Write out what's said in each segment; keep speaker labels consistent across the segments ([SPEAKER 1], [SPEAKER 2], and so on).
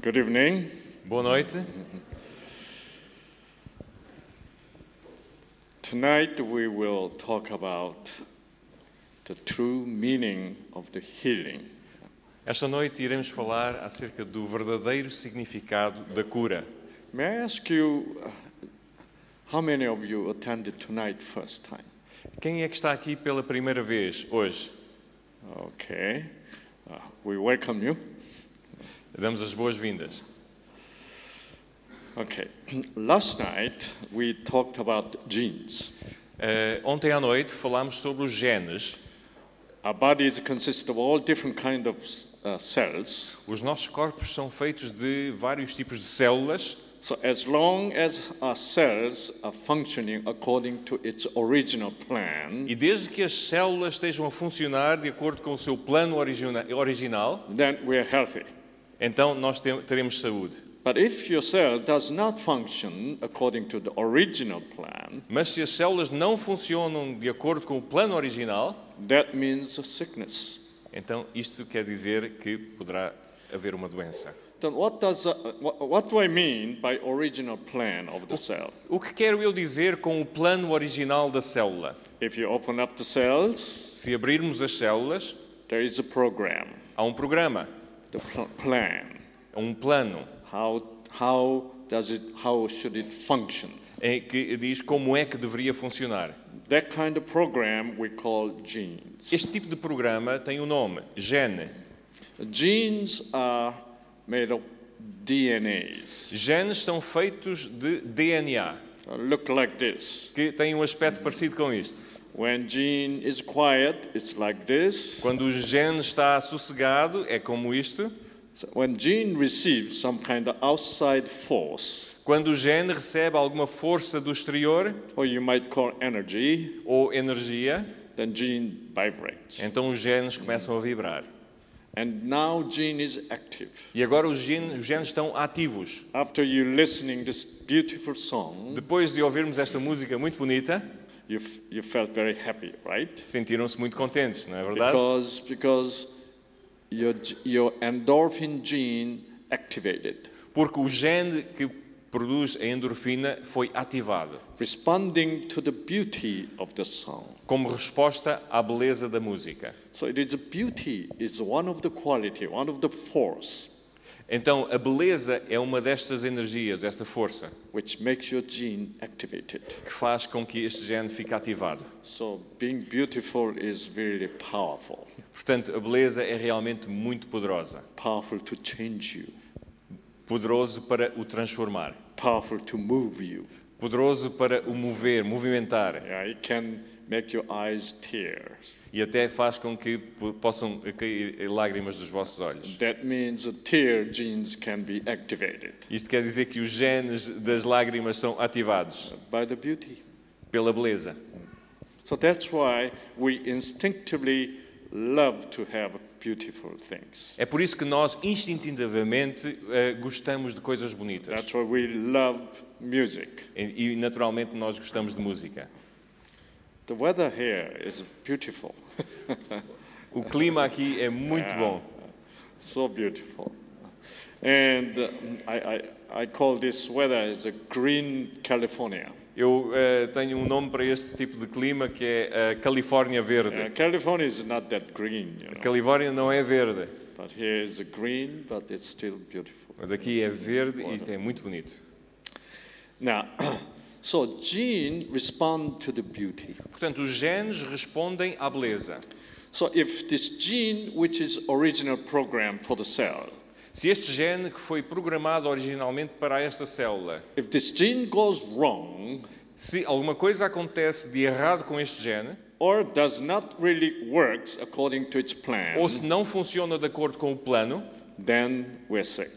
[SPEAKER 1] Good evening.
[SPEAKER 2] Boa noite.
[SPEAKER 1] Tonight we will talk about the true meaning of the healing.
[SPEAKER 2] Esta noite iremos falar acerca do verdadeiro significado da cura.
[SPEAKER 1] May I ask you uh, how many of you attended tonight first time?
[SPEAKER 2] Quem é que está aqui pela primeira vez hoje?
[SPEAKER 1] Okay. Uh, we welcome you.
[SPEAKER 2] Damos as boas-vindas.
[SPEAKER 1] Okay. Last night we talked about genes.
[SPEAKER 2] Eh, ontem à noite falámos sobre os genes.
[SPEAKER 1] Our bodies consist of all different kind of uh, cells.
[SPEAKER 2] Os nossos corpos são feitos de vários tipos de células
[SPEAKER 1] So as long as our cells are functioning according to its original plan,
[SPEAKER 2] e desde que as células estejam a funcionar de acordo com o seu plano origina- original,
[SPEAKER 1] then we are healthy.
[SPEAKER 2] então nós te- teremos saúde.
[SPEAKER 1] But if your cell does not function according to the original plan,
[SPEAKER 2] Mas se as células não funcionam de acordo com o plano original,
[SPEAKER 1] that means a sickness.
[SPEAKER 2] então isto quer dizer que poderá haver uma doença.
[SPEAKER 1] Then what does uh, what, what do I mean by original plan of the cell?
[SPEAKER 2] O que quero eu dizer com o plano original da célula?
[SPEAKER 1] If you open up the cells,
[SPEAKER 2] Se abrirmos as células,
[SPEAKER 1] there is a program,
[SPEAKER 2] há um programa,
[SPEAKER 1] the pl- plan.
[SPEAKER 2] há um plano
[SPEAKER 1] How how does it how should it function?
[SPEAKER 2] em que diz como é que deveria funcionar.
[SPEAKER 1] That kind of program we call genes.
[SPEAKER 2] Este tipo de programa tem o nome gene.
[SPEAKER 1] Genes are made of DNAs.
[SPEAKER 2] Genes são feitos de DNA,
[SPEAKER 1] Uh, Look like this.
[SPEAKER 2] que tem um aspecto parecido com isto.
[SPEAKER 1] When gene is quiet, it's like this.
[SPEAKER 2] Quando o gene está sossegado, é como isto.
[SPEAKER 1] So when gene receives some kind of outside force,
[SPEAKER 2] Quando o gene recebe alguma força do exterior
[SPEAKER 1] or you might call energy,
[SPEAKER 2] ou energia,
[SPEAKER 1] then gene vibrates.
[SPEAKER 2] então os genes começam a vibrar.
[SPEAKER 1] And now gene is active.
[SPEAKER 2] E agora os genes, os genes estão ativos.
[SPEAKER 1] After you listening this beautiful song,
[SPEAKER 2] Depois de ouvirmos esta música muito bonita,
[SPEAKER 1] you, f- you felt very happy, right?
[SPEAKER 2] sentiram-se muito contentes, não é verdade?
[SPEAKER 1] Because because your g- your endorphin gene activated.
[SPEAKER 2] Porque o gene que produz a endorfina foi ativado
[SPEAKER 1] responding to the beauty of the song.
[SPEAKER 2] como resposta à beleza da música.
[SPEAKER 1] So it is a beauty is one of the quality, one of the force
[SPEAKER 2] Então, a beleza é uma destas energias, desta força,
[SPEAKER 1] which makes your gene activated.
[SPEAKER 2] que faz com que este gene fique ativado.
[SPEAKER 1] So being beautiful is really powerful,
[SPEAKER 2] Portanto, a beleza é realmente muito poderosa.
[SPEAKER 1] powerful to change you,
[SPEAKER 2] Poderoso para o transformar.
[SPEAKER 1] powerful to move you.
[SPEAKER 2] Poderoso para o mover, movimentar.
[SPEAKER 1] Yeah, it can make your eyes tear.
[SPEAKER 2] e até faz com que po- possam cair lágrimas dos vossos olhos.
[SPEAKER 1] That means the tear genes can be activated
[SPEAKER 2] Isto quer dizer que os genes das lágrimas são ativados
[SPEAKER 1] by the beauty.
[SPEAKER 2] pela beleza.
[SPEAKER 1] So that's why we instinctively love to have beautiful things.
[SPEAKER 2] É por isso que nós instintivamente eh, gostamos de coisas bonitas.
[SPEAKER 1] That's why we love music.
[SPEAKER 2] E, e, naturalmente nós gostamos de música.
[SPEAKER 1] The weather here is beautiful,
[SPEAKER 2] O clima aqui é muito bom.
[SPEAKER 1] so beautiful. And uh, I, I, I call this weather is a green California.
[SPEAKER 2] Eu eh, tenho um nome para este tipo de clima que é a Califórnia
[SPEAKER 1] Uh,
[SPEAKER 2] Verde.
[SPEAKER 1] California is not that green, you know,
[SPEAKER 2] Califórnia não é verde,
[SPEAKER 1] but here is a green, but it's still beautiful.
[SPEAKER 2] mas aqui é verde e isto é muito bonito.
[SPEAKER 1] Now, so gene respond to the beauty.
[SPEAKER 2] Portanto, os genes respondem à beleza.
[SPEAKER 1] So if this gene, which is original program for the cell,
[SPEAKER 2] Se este gene que foi programado originalmente para esta célula,
[SPEAKER 1] if this gene goes wrong
[SPEAKER 2] se alguma coisa acontece de errado com este gene,
[SPEAKER 1] or does not really works according to its plan,
[SPEAKER 2] ou se não funciona de acordo com o plano,
[SPEAKER 1] then we're sick.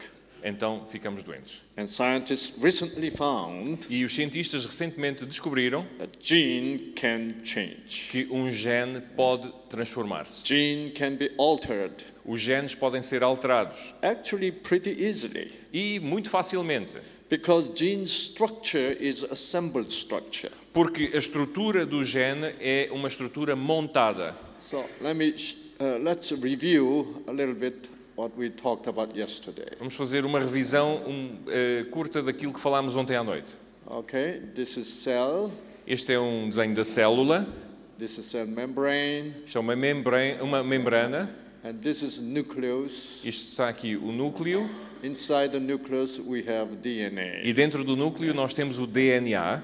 [SPEAKER 2] então ficamos doentes.
[SPEAKER 1] And scientists recently found
[SPEAKER 2] E os cientistas recentemente descobriram
[SPEAKER 1] that gene can change.
[SPEAKER 2] que um gene pode transformar-se.
[SPEAKER 1] Gene can be altered
[SPEAKER 2] Os genes podem ser alterados
[SPEAKER 1] actually pretty easily
[SPEAKER 2] e muito facilmente,
[SPEAKER 1] because gene structure is assembled structure.
[SPEAKER 2] porque a estrutura do gene é uma estrutura montada.
[SPEAKER 1] So let me sh- uh, let's review a little bit what we talked about yesterday.
[SPEAKER 2] Vamos fazer uma revisão um, eh, curta daquilo que falámos ontem à noite.
[SPEAKER 1] Okay, this is cell,
[SPEAKER 2] Este é um desenho da célula,
[SPEAKER 1] this is cell membrane,
[SPEAKER 2] isto é uma, membra- uma membrana,
[SPEAKER 1] and this is nucleus.
[SPEAKER 2] isto está aqui o núcleo,
[SPEAKER 1] Inside the nucleus we have DNA.
[SPEAKER 2] e dentro do núcleo nós temos o DNA,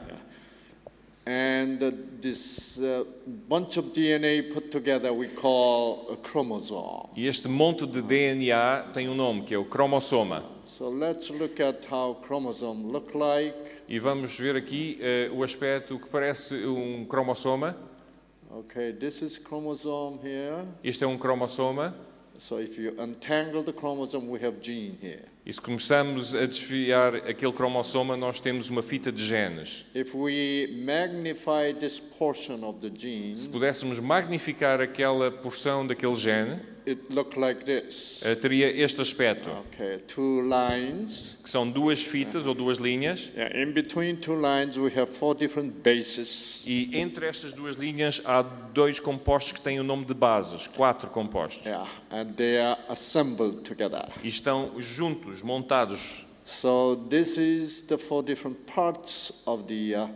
[SPEAKER 1] And uh, this uh, bunch of DNA put together we call a chromosome.
[SPEAKER 2] e este monte de DNA tem um nome, que é o cromossoma.
[SPEAKER 1] So let's look at how chromosome look like.
[SPEAKER 2] E vamos ver aqui eh, o aspecto que parece um cromossoma.
[SPEAKER 1] Okay, this is chromosome here.
[SPEAKER 2] Este é um cromossoma.
[SPEAKER 1] So if you untangle the chromosome, we have gene here.
[SPEAKER 2] E se começarmos a desfiar aquele cromossoma, nós temos uma fita de genes.
[SPEAKER 1] If we magnify this portion of the gene,
[SPEAKER 2] Se pudéssemos magnificar aquela porção daquele gene,
[SPEAKER 1] it look like this.
[SPEAKER 2] eh, teria este aspecto,
[SPEAKER 1] Okay, two lines.
[SPEAKER 2] que são duas fitas ou duas linhas,
[SPEAKER 1] Yeah, in between two lines, we have four different bases.
[SPEAKER 2] e entre estas duas linhas há dois compostos que têm o nome de bases, quatro compostos,
[SPEAKER 1] Yeah, and they are assembled together.
[SPEAKER 2] e estão juntos, montados.
[SPEAKER 1] So this is the four different parts of the uh,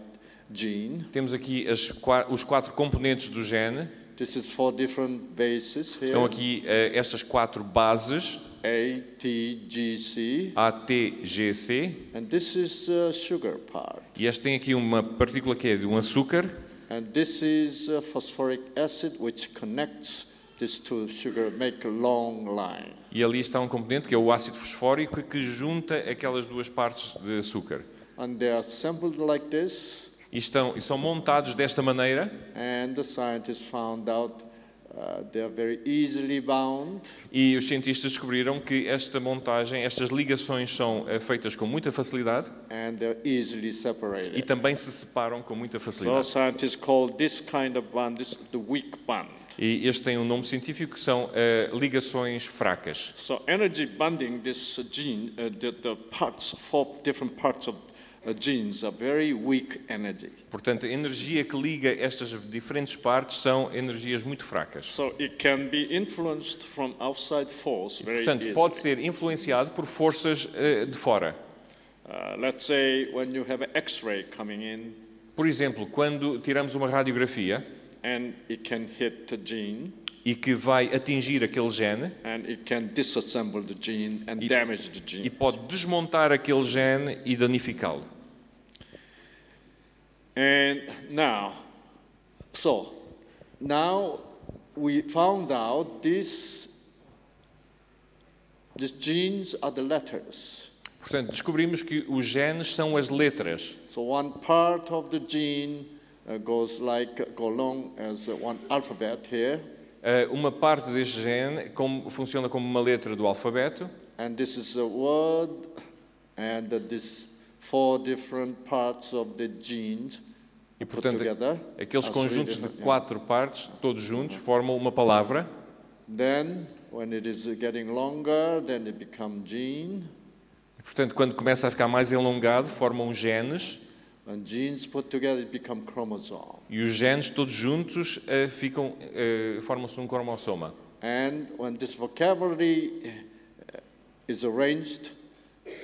[SPEAKER 1] gene.
[SPEAKER 2] Temos aqui as qua- os quatro componentes do gene,
[SPEAKER 1] This is four different bases here.
[SPEAKER 2] estão aqui eh, estas quatro bases,
[SPEAKER 1] A, T, G, C,
[SPEAKER 2] A, T, G, C,
[SPEAKER 1] and this is uh, sugar part.
[SPEAKER 2] e este tem aqui uma partícula que é de um açúcar,
[SPEAKER 1] And this is uh, phosphoric acid, which connects these two sugar, make a long line.
[SPEAKER 2] e ali está um componente que é o ácido fosfórico que junta aquelas duas partes de açúcar.
[SPEAKER 1] And they are assembled like this.
[SPEAKER 2] E, estão, e são montados desta maneira,
[SPEAKER 1] And the scientists found out uh, they are very easily bound.
[SPEAKER 2] e os cientistas descobriram que esta montagem, estas ligações são eh, feitas com muita facilidade
[SPEAKER 1] and they're easily
[SPEAKER 2] e
[SPEAKER 1] separated.
[SPEAKER 2] também se separam com muita
[SPEAKER 1] So
[SPEAKER 2] facilidade.
[SPEAKER 1] scientists call this kind of bond this, the weak bond.
[SPEAKER 2] E este tem um nome científico que são eh, ligações fracas.
[SPEAKER 1] So energy bonding this uh, gene, uh, the, the parts, four different parts of uh, genes are very weak energy.
[SPEAKER 2] Portanto, a energia que liga estas diferentes partes são energias muito fracas.
[SPEAKER 1] So it can be influenced from outside force very
[SPEAKER 2] Portanto, pode
[SPEAKER 1] easily.
[SPEAKER 2] ser influenciado por forças eh, de fora.
[SPEAKER 1] Uh, let's say when you have an X-ray coming in
[SPEAKER 2] Por exemplo, quando tiramos uma radiografia
[SPEAKER 1] and it can hit the gene
[SPEAKER 2] e que vai atingir aquele gene
[SPEAKER 1] and it can disassemble the gene and damage the
[SPEAKER 2] e
[SPEAKER 1] gene.
[SPEAKER 2] pode desmontar aquele gene e danificá-lo.
[SPEAKER 1] And now, so now we found out these these genes are the letters.
[SPEAKER 2] Portanto, descobrimos que os genes são as letras.
[SPEAKER 1] So one part of the gene uh, goes like go long as one alphabet here,
[SPEAKER 2] Eh, uma parte deste gene como- funciona como uma letra do alfabeto.
[SPEAKER 1] and this is a word, and this four different parts of the genes
[SPEAKER 2] E,
[SPEAKER 1] put
[SPEAKER 2] portanto,
[SPEAKER 1] together.
[SPEAKER 2] aqueles
[SPEAKER 1] are three
[SPEAKER 2] conjuntos de
[SPEAKER 1] different- yeah.
[SPEAKER 2] quatro partes, todos juntos, formam uma palavra.
[SPEAKER 1] Then, when it is getting longer, then it becomes gene,
[SPEAKER 2] E, portanto, quando começa a ficar mais elongado, formam genes.
[SPEAKER 1] and genes put together it become chromosome.
[SPEAKER 2] E os genes, todos juntos, eh, ficam, eh, formam-se um cromossoma.
[SPEAKER 1] And when this vocabulary uh, is arranged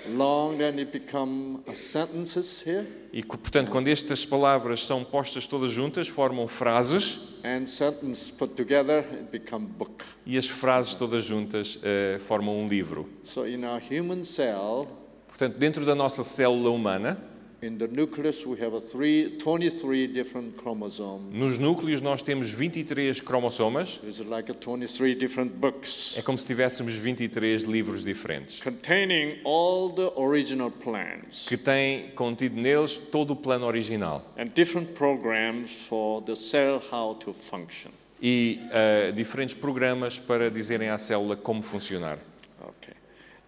[SPEAKER 1] long, then it become uh, sentences here.
[SPEAKER 2] E, co- portanto, quando estas palavras são postas todas juntas, formam frases.
[SPEAKER 1] And sentence put together, it become book.
[SPEAKER 2] E as frases todas juntas eh, formam um livro.
[SPEAKER 1] So in our human cell,
[SPEAKER 2] Portanto, dentro da nossa célula humana,
[SPEAKER 1] in the nucleus, we have a three, 23 different chromosomes.
[SPEAKER 2] nos núcleos nós temos 23 cromossomas.
[SPEAKER 1] It's like a 23 different books
[SPEAKER 2] É como se tivéssemos 23 livros diferentes,
[SPEAKER 1] containing all the original plans
[SPEAKER 2] que têm contido neles todo o plano original
[SPEAKER 1] and different programs for the cell how to function.
[SPEAKER 2] e eh, diferentes programas para dizerem à célula como funcionar.
[SPEAKER 1] Okay.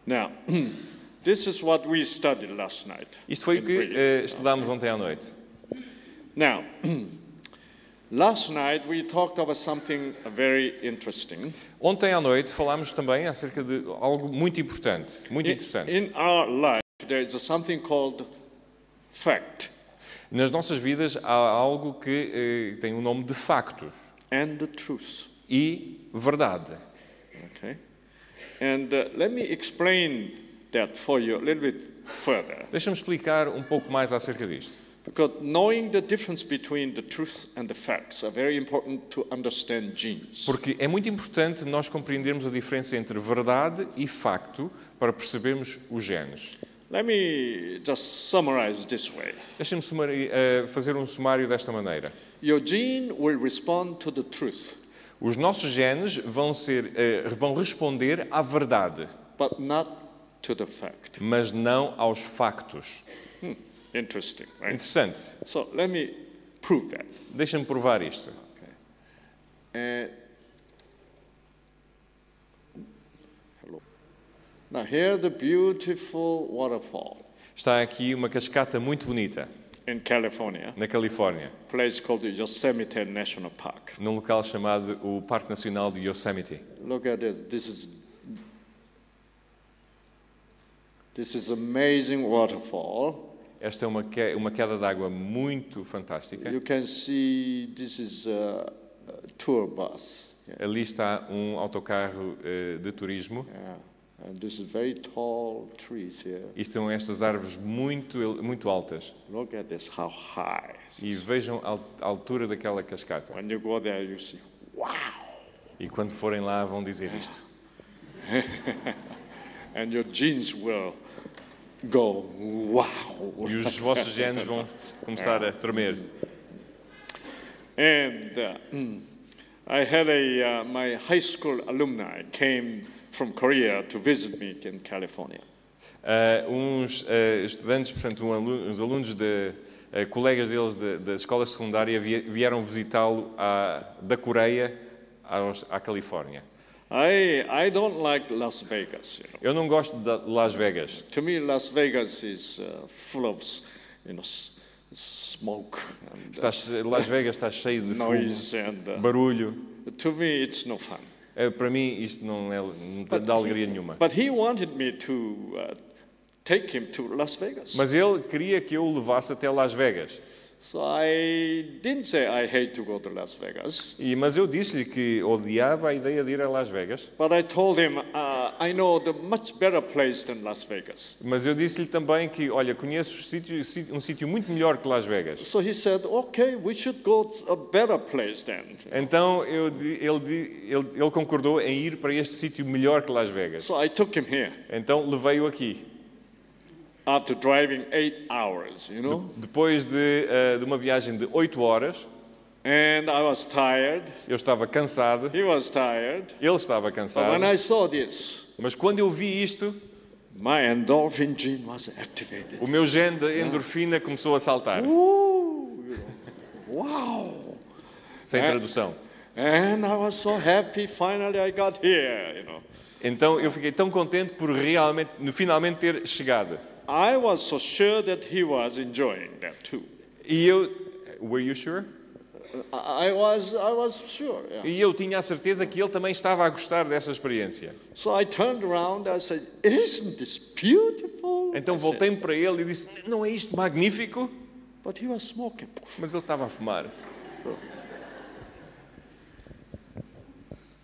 [SPEAKER 1] Now, this is what we studied last night.
[SPEAKER 2] Isto foi o
[SPEAKER 1] in
[SPEAKER 2] que
[SPEAKER 1] brief.
[SPEAKER 2] eh, estudámos ontem à noite.
[SPEAKER 1] Now, last night we talked about something very interesting.
[SPEAKER 2] Ontem à noite falámos também acerca de algo muito importante, muito interessante.
[SPEAKER 1] In our life, there is something called fact
[SPEAKER 2] Nas nossas vidas há algo que eh, tem o nome de factos
[SPEAKER 1] and the truth.
[SPEAKER 2] e verdade.
[SPEAKER 1] Okay? And uh, let me explain that for you a little bit further.
[SPEAKER 2] Deixa-me explicar um pouco mais acerca disto.
[SPEAKER 1] Because knowing the difference between the truth and the facts are very important to understand genes.
[SPEAKER 2] Porque é muito importante nós compreendermos a diferença entre verdade e facto para percebermos os genes.
[SPEAKER 1] Let me just summarize this way.
[SPEAKER 2] Deixa-me sumari- eh, fazer um sumário desta maneira.
[SPEAKER 1] Your gene will respond to the truth,
[SPEAKER 2] Os nossos genes vão, ser, eh, vão responder à verdade,
[SPEAKER 1] but not to the fact.
[SPEAKER 2] mas não aos factos.
[SPEAKER 1] Interesting, right?
[SPEAKER 2] Interessante.
[SPEAKER 1] So let me prove that.
[SPEAKER 2] Deixa-me provar isto.
[SPEAKER 1] Uh, hello. Now here the beautiful waterfall
[SPEAKER 2] Está aqui uma cascata muito bonita,
[SPEAKER 1] in California,
[SPEAKER 2] na Califórnia,
[SPEAKER 1] a place called the Yosemite National Park.
[SPEAKER 2] num local chamado o Parque Nacional de Yosemite.
[SPEAKER 1] Look at this. This is this is amazing waterfall.
[SPEAKER 2] Esta é uma, que- uma queda d'água muito fantástica.
[SPEAKER 1] You can see this is a, a tour bus. Yeah.
[SPEAKER 2] Ali está um autocarro eh, de turismo.
[SPEAKER 1] Yeah. And this is very tall trees here.
[SPEAKER 2] E estão estas árvores muito, el- muito altas.
[SPEAKER 1] Look at this, how high.
[SPEAKER 2] E vejam a al- a altura daquela cascata.
[SPEAKER 1] When you go there, you see.
[SPEAKER 2] E quando forem lá vão dizer isto.
[SPEAKER 1] And your genes will go, wow.
[SPEAKER 2] E os vossos genes vão começar a tremer.
[SPEAKER 1] And uh, mm, I had a, uh, my high school alumni came from Korea to visit me in California.
[SPEAKER 2] Ah, uns ah, estudantes, portanto, um alu- uns alunos de ah, colegas deles de- da escola secundária vie- vieram visitá-lo à- da Coreia aos- à Califórnia.
[SPEAKER 1] I, I don't like Las Vegas, you know.
[SPEAKER 2] Eu não gosto de Las Vegas.
[SPEAKER 1] To me, Las Vegas is uh, full of, s- you know, s- smoke and
[SPEAKER 2] Está che- Las Vegas está cheio de fumo,
[SPEAKER 1] noise and uh,
[SPEAKER 2] barulho.
[SPEAKER 1] To me, it's no fun.
[SPEAKER 2] Eh, Para mim, isto não, é, não te dá alegria nenhuma.
[SPEAKER 1] But he wanted me to uh, take him to Las Vegas.
[SPEAKER 2] Mas ele queria que eu o levasse até Las Vegas.
[SPEAKER 1] so I didn't say I hate to go to Las Vegas,
[SPEAKER 2] E, mas eu disse-lhe que odiava a ideia de ir a Las Vegas.
[SPEAKER 1] but I told him uh, I know the much better place than Las Vegas.
[SPEAKER 2] Mas eu disse-lhe também que, olha, conheço sítio- si- um sítio muito melhor que Las Vegas.
[SPEAKER 1] So he said, okay, we should go to a better place then.
[SPEAKER 2] Então eu di- ele, di- ele- ele concordou em ir para este sítio melhor que Las Vegas.
[SPEAKER 1] So I took him here
[SPEAKER 2] Então levei-o aqui.
[SPEAKER 1] after driving eight hours, you know,
[SPEAKER 2] Depois de, eh, de uma viagem de 8 horas,
[SPEAKER 1] and I was tired.
[SPEAKER 2] eu estava cansado,
[SPEAKER 1] He was tired.
[SPEAKER 2] ele estava
[SPEAKER 1] But when
[SPEAKER 2] cansado.
[SPEAKER 1] I saw this,
[SPEAKER 2] Mas quando eu vi isto,
[SPEAKER 1] my endorphin gene was activated. Uh,
[SPEAKER 2] o meu gene de endorfina começou a saltar.
[SPEAKER 1] Ooh, you know, wow.
[SPEAKER 2] sem
[SPEAKER 1] É.
[SPEAKER 2] tradução.
[SPEAKER 1] And I was so happy finally I got here, you know.
[SPEAKER 2] Então eu fiquei tão contente por realmente, no- finalmente ter chegado.
[SPEAKER 1] I was so sure that he was enjoying that too.
[SPEAKER 2] E eu, were you sure?
[SPEAKER 1] I I was, I was sure. Yeah.
[SPEAKER 2] E eu tinha a certeza que ele também estava a gostar dessa experiência.
[SPEAKER 1] So I turned around. I said, "Isn't this beautiful?"
[SPEAKER 2] Então
[SPEAKER 1] I said.
[SPEAKER 2] voltei-me para ele e disse: Não é isto magnífico?
[SPEAKER 1] But he was smoking.
[SPEAKER 2] Mas ele estava a fumar.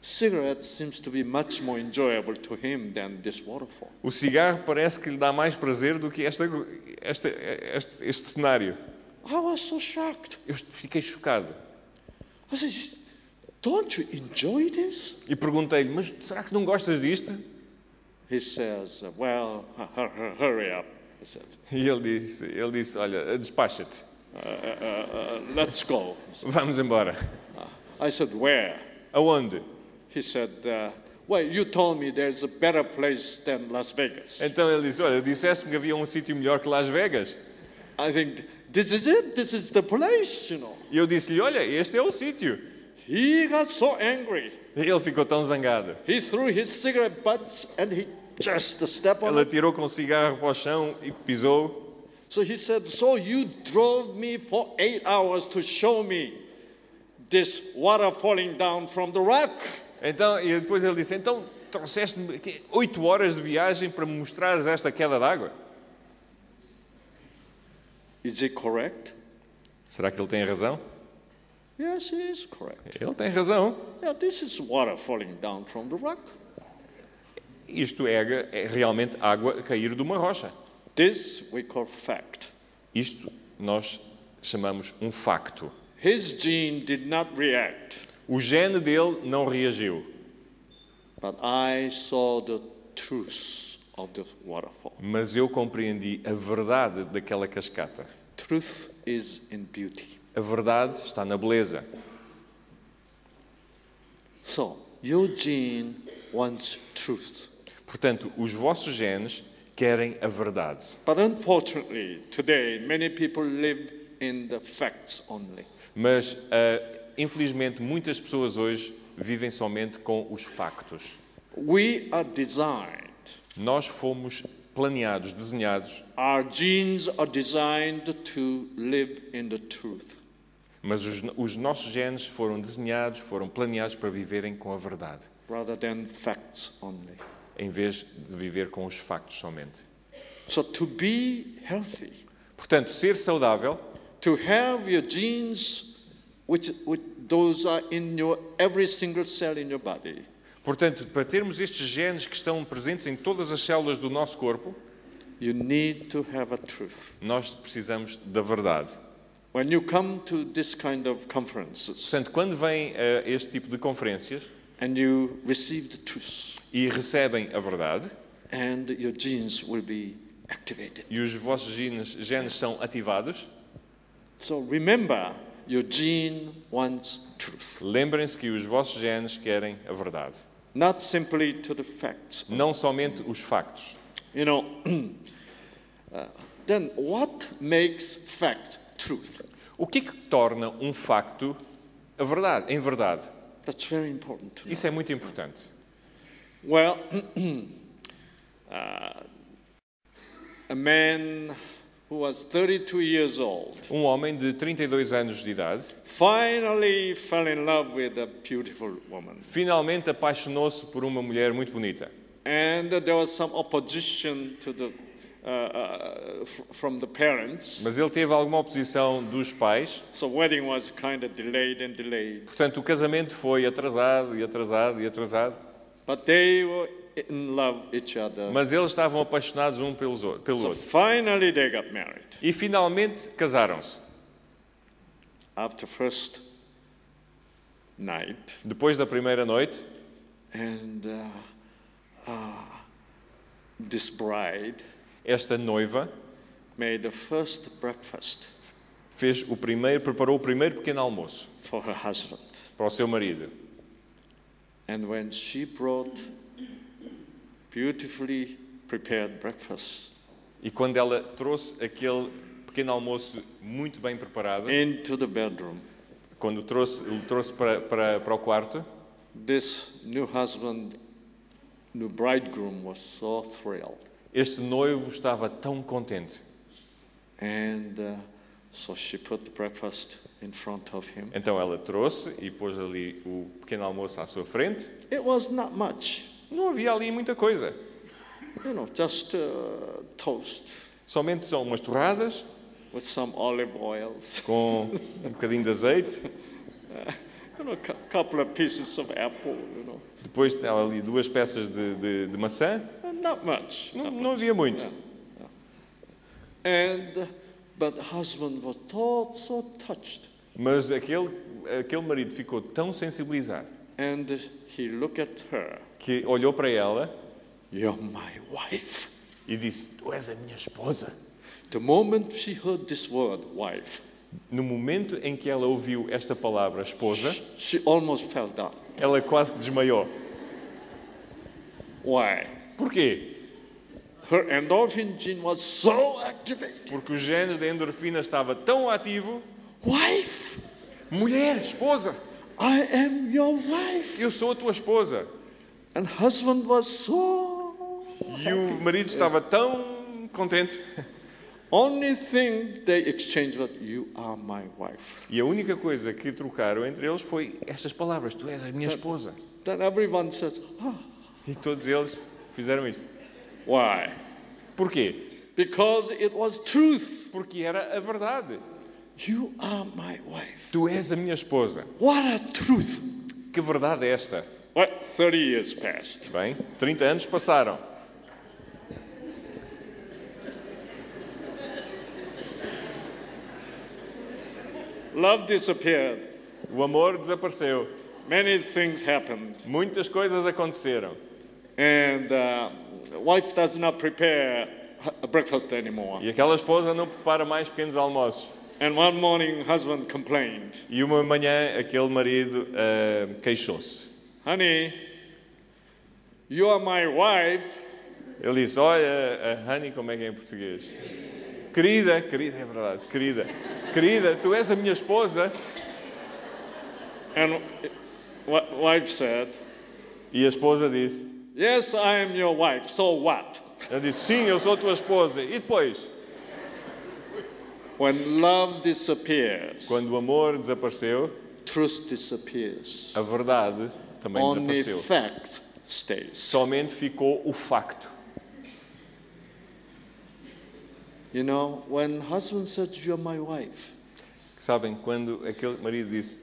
[SPEAKER 1] Cigarette seems to be much more enjoyable to him than this waterfall.
[SPEAKER 2] O cigarro parece que lhe dá mais prazer do que esta, esta, este, este cenário.
[SPEAKER 1] I was so shocked.
[SPEAKER 2] Eu fiquei chocado
[SPEAKER 1] I said, "Don't you enjoy this?"
[SPEAKER 2] e perguntei-lhe: Mas será que não gostas disto?
[SPEAKER 1] He says, "Well, hu- hu- hu- hurry up." He said,
[SPEAKER 2] E ele disse: ele disse Olha, despacha-te,
[SPEAKER 1] uh, uh, uh, uh, "Let's go."
[SPEAKER 2] vamos embora.
[SPEAKER 1] I said, "Where?"
[SPEAKER 2] Aonde?
[SPEAKER 1] He said, uh, "Well, you told me there's a better place than Las Vegas."
[SPEAKER 2] Então ele disse: Olha, disseste-me que havia um sítio melhor que Las Vegas.
[SPEAKER 1] I think this is it. This is the place, you know.
[SPEAKER 2] E eu disse-lhe: Olha, este é o sítio.
[SPEAKER 1] He got so angry.
[SPEAKER 2] E Ele ficou tão zangado.
[SPEAKER 1] He threw his cigarette butts and he just stepped on
[SPEAKER 2] Ele
[SPEAKER 1] it.
[SPEAKER 2] atirou com o cigarro para o chão e pisou.
[SPEAKER 1] So he said, "So you drove me for eight hours to show me this water falling down from the rock."
[SPEAKER 2] Então, e depois ele disse: Então trouxeste-me aqui oito horas de viagem para me mostrares esta queda d'água?
[SPEAKER 1] Is it correct?
[SPEAKER 2] Será que ele tem razão?
[SPEAKER 1] Yes, it is correct.
[SPEAKER 2] Ele tem razão.
[SPEAKER 1] Yeah, this is water falling down from the rock.
[SPEAKER 2] Isto é, é realmente água a cair de uma rocha.
[SPEAKER 1] This we call fact.
[SPEAKER 2] Isto nós chamamos um facto.
[SPEAKER 1] His gene did not react.
[SPEAKER 2] O gene dele não reagiu,
[SPEAKER 1] But I saw the truth of the waterfall.
[SPEAKER 2] mas eu compreendi a verdade daquela cascata.
[SPEAKER 1] Truth is in beauty.
[SPEAKER 2] A verdade está na beleza.
[SPEAKER 1] So, your gene wants truth.
[SPEAKER 2] Portanto, os vossos genes querem a verdade.
[SPEAKER 1] But unfortunately, today, many people live in the facts only.
[SPEAKER 2] Mas, ah, infelizmente, muitas pessoas hoje vivem somente com os factos.
[SPEAKER 1] We are designed,
[SPEAKER 2] Nós fomos planeados, desenhados,
[SPEAKER 1] our genes are designed to live in the truth.
[SPEAKER 2] mas os, os nossos genes foram desenhados, foram planeados para viverem com a verdade,
[SPEAKER 1] rather than facts only.
[SPEAKER 2] em vez de viver com os factos somente.
[SPEAKER 1] So to be healthy,
[SPEAKER 2] Portanto, ser saudável
[SPEAKER 1] to have your genes, which, which those are in your every single cell in your body,
[SPEAKER 2] Portanto, para termos estes genes que estão presentes em todas as células do nosso corpo,
[SPEAKER 1] you need to have a truth.
[SPEAKER 2] nós precisamos da verdade.
[SPEAKER 1] When you come to this kind of conferences
[SPEAKER 2] Portanto, quando vêm eh, este tipo de conferências
[SPEAKER 1] and you receive the truth,
[SPEAKER 2] e recebem a verdade
[SPEAKER 1] and your genes will be activated.
[SPEAKER 2] e os vossos genes, genes são ativados,
[SPEAKER 1] So remember, your gene wants truth,
[SPEAKER 2] lembrem-se que os vossos genes querem a verdade,
[SPEAKER 1] not simply to the facts.
[SPEAKER 2] não somente os factos.
[SPEAKER 1] You know, uh, then what makes fact truth?
[SPEAKER 2] O que é que torna um facto a verdade, em verdade?
[SPEAKER 1] That's very important. to know.
[SPEAKER 2] Isso é muito importante.
[SPEAKER 1] Well, uh, a man who was 32 years old
[SPEAKER 2] Um homem de 32 anos de idade
[SPEAKER 1] finally fell in love with a beautiful woman.
[SPEAKER 2] finalmente apaixonou-se por uma mulher muito bonita.
[SPEAKER 1] And there was some opposition to the, uh, uh, f- from the parents.
[SPEAKER 2] Mas ele teve alguma oposição dos pais,
[SPEAKER 1] So wedding was kind of delayed and delayed.
[SPEAKER 2] portanto o casamento foi atrasado e atrasado e atrasado,
[SPEAKER 1] But they were in love each other.
[SPEAKER 2] mas eles estavam apaixonados um pelos ou- pelo
[SPEAKER 1] So
[SPEAKER 2] outro.
[SPEAKER 1] finally they got married
[SPEAKER 2] E finalmente casaram-se,
[SPEAKER 1] after first night.
[SPEAKER 2] depois da primeira noite,
[SPEAKER 1] And uh, uh, this bride
[SPEAKER 2] esta noiva
[SPEAKER 1] made the first breakfast
[SPEAKER 2] fez o primeiro, preparou o primeiro pequeno almoço
[SPEAKER 1] for her husband.
[SPEAKER 2] para o seu marido.
[SPEAKER 1] And when she brought beautifully prepared breakfast,
[SPEAKER 2] E quando ela trouxe aquele pequeno almoço muito bem preparado.
[SPEAKER 1] into the bedroom.
[SPEAKER 2] Quando trouxe, o trouxe para, para, para o quarto,
[SPEAKER 1] This new husband, new bridegroom was so thrilled.
[SPEAKER 2] este noivo estava tão contente.
[SPEAKER 1] And uh, so she put the breakfast in front of him.
[SPEAKER 2] Então ela trouxe e pôs ali o pequeno almoço à sua frente.
[SPEAKER 1] It was not much,
[SPEAKER 2] Não havia ali muita coisa.
[SPEAKER 1] you know, just uh, toast
[SPEAKER 2] Somente só umas torradas
[SPEAKER 1] with some olive oil,
[SPEAKER 2] com um bocadinho de azeite.
[SPEAKER 1] you know, a couple of pieces of apple, you know,
[SPEAKER 2] Depois estava ali duas peças de, de, de maçã.
[SPEAKER 1] Uh, not much.
[SPEAKER 2] Não, não havia muito.
[SPEAKER 1] And uh, but the husband was so, so touched,
[SPEAKER 2] Mas aquele, aquele marido ficou tão sensibilizado
[SPEAKER 1] and he looked at her.
[SPEAKER 2] que olhou para ela
[SPEAKER 1] You're my wife.
[SPEAKER 2] e disse: Tu és a minha esposa.
[SPEAKER 1] The moment she heard this word, wife,
[SPEAKER 2] No momento em que ela ouviu esta palavra, esposa,
[SPEAKER 1] she almost fell down.
[SPEAKER 2] ela quase que desmaiou.
[SPEAKER 1] Why?
[SPEAKER 2] Porquê?
[SPEAKER 1] Her endorphin gene was so activated.
[SPEAKER 2] Porque os genes da endorfina estava tão ativo.
[SPEAKER 1] Wife,
[SPEAKER 2] Mulher, esposa,
[SPEAKER 1] I am your wife.
[SPEAKER 2] eu sou a tua esposa.
[SPEAKER 1] And husband was so.
[SPEAKER 2] E o marido estava tão contente.
[SPEAKER 1] Only thing they exchanged was, "You are my wife."
[SPEAKER 2] E a única coisa que trocaram entre eles foi estas palavras: Tu és a minha esposa.
[SPEAKER 1] Then everyone says, "Ah,
[SPEAKER 2] E todos eles fizeram isso.
[SPEAKER 1] "Why?"
[SPEAKER 2] Porquê?
[SPEAKER 1] Because it was truth.
[SPEAKER 2] Porque era a verdade.
[SPEAKER 1] You are my wife.
[SPEAKER 2] Tu és a minha esposa.
[SPEAKER 1] What a truth!
[SPEAKER 2] Que verdade é esta?
[SPEAKER 1] Well, 30 years passed.
[SPEAKER 2] Bem, 30 anos passaram.
[SPEAKER 1] Love disappeared.
[SPEAKER 2] O amor desapareceu.
[SPEAKER 1] Many things happened.
[SPEAKER 2] Muitas coisas aconteceram.
[SPEAKER 1] And uh, wife does not prepare a breakfast anymore.
[SPEAKER 2] E aquela esposa não prepara mais pequenos almoços.
[SPEAKER 1] And one morning, husband complained,
[SPEAKER 2] E uma manhã aquele marido ah, queixou-se.
[SPEAKER 1] Honey, you are my wife.
[SPEAKER 2] Ele disse: Olha, a honey, como é que é em português? Querida, querida, é verdade, querida. Querida, tu és a minha esposa.
[SPEAKER 1] And w- wife said,
[SPEAKER 2] E a esposa disse:
[SPEAKER 1] Yes, I am your wife. So what?
[SPEAKER 2] Ela disse: Sim, eu sou a tua esposa. E depois?
[SPEAKER 1] When love disappears,
[SPEAKER 2] Quando o amor desapareceu,
[SPEAKER 1] truth disappears.
[SPEAKER 2] a verdade também
[SPEAKER 1] Only
[SPEAKER 2] desapareceu.
[SPEAKER 1] fact stays.
[SPEAKER 2] Somente ficou o facto.
[SPEAKER 1] You know, when husband says, You're my wife,
[SPEAKER 2] Sabem, quando aquele marido disse: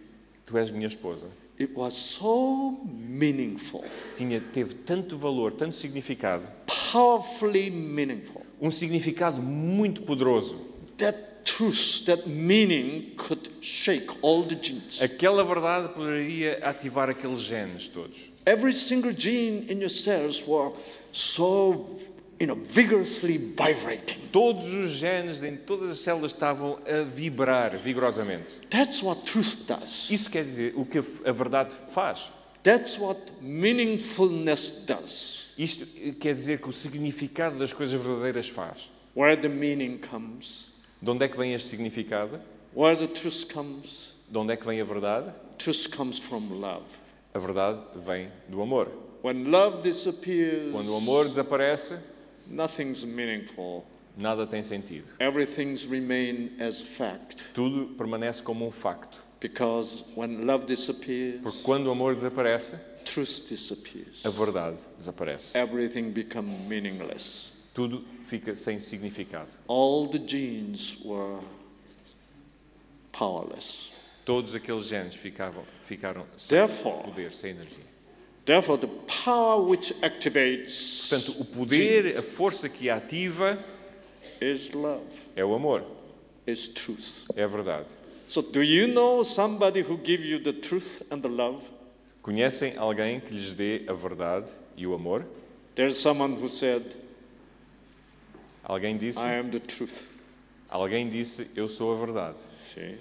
[SPEAKER 2] Tu és minha esposa,
[SPEAKER 1] it was so meaningful,
[SPEAKER 2] tinha, teve tanto valor, tanto significado,
[SPEAKER 1] powerfully meaningful.
[SPEAKER 2] um significado muito poderoso.
[SPEAKER 1] That truth, that meaning could shake all the genes.
[SPEAKER 2] Aquela verdade poderia ativar aqueles genes todos.
[SPEAKER 1] Every single gene in your cells were so, you know, vigorously vibrating.
[SPEAKER 2] Todos os genes em todas as células estavam a vibrar vigorosamente.
[SPEAKER 1] That's what truth does.
[SPEAKER 2] Isso quer dizer o que a a verdade faz.
[SPEAKER 1] That's what meaningfulness does.
[SPEAKER 2] Isto eh, quer dizer que o significado das coisas verdadeiras faz.
[SPEAKER 1] Where the meaning comes,
[SPEAKER 2] De onde é que vem este significado?
[SPEAKER 1] where the truth comes,
[SPEAKER 2] De onde é que vem a verdade?
[SPEAKER 1] truth comes from love.
[SPEAKER 2] A verdade vem do amor.
[SPEAKER 1] When love disappears,
[SPEAKER 2] Quando o amor desaparece,
[SPEAKER 1] nothing's meaningful.
[SPEAKER 2] nada tem sentido.
[SPEAKER 1] Everything's remain as fact.
[SPEAKER 2] Tudo permanece como um facto.
[SPEAKER 1] Because when love disappears,
[SPEAKER 2] Porque quando o amor desaparece,
[SPEAKER 1] truth disappears.
[SPEAKER 2] a verdade desaparece.
[SPEAKER 1] Everything becomes meaningless.
[SPEAKER 2] Tudo fica sem significado.
[SPEAKER 1] All the genes were powerless.
[SPEAKER 2] Todos aqueles genes ficavam, ficaram sem
[SPEAKER 1] Therefore,
[SPEAKER 2] poder, sem energia.
[SPEAKER 1] therefore the power which activates
[SPEAKER 2] Portanto, o poder, a força que a ativa
[SPEAKER 1] is love,
[SPEAKER 2] é o amor,
[SPEAKER 1] is truth.
[SPEAKER 2] é a verdade.
[SPEAKER 1] So do you know somebody who give you the truth and the love?
[SPEAKER 2] Conhecem alguém que lhes dê a verdade e o amor?
[SPEAKER 1] There's someone who said,
[SPEAKER 2] Alguém disse,
[SPEAKER 1] I am the truth.
[SPEAKER 2] alguém disse, eu sou a verdade.
[SPEAKER 1] See?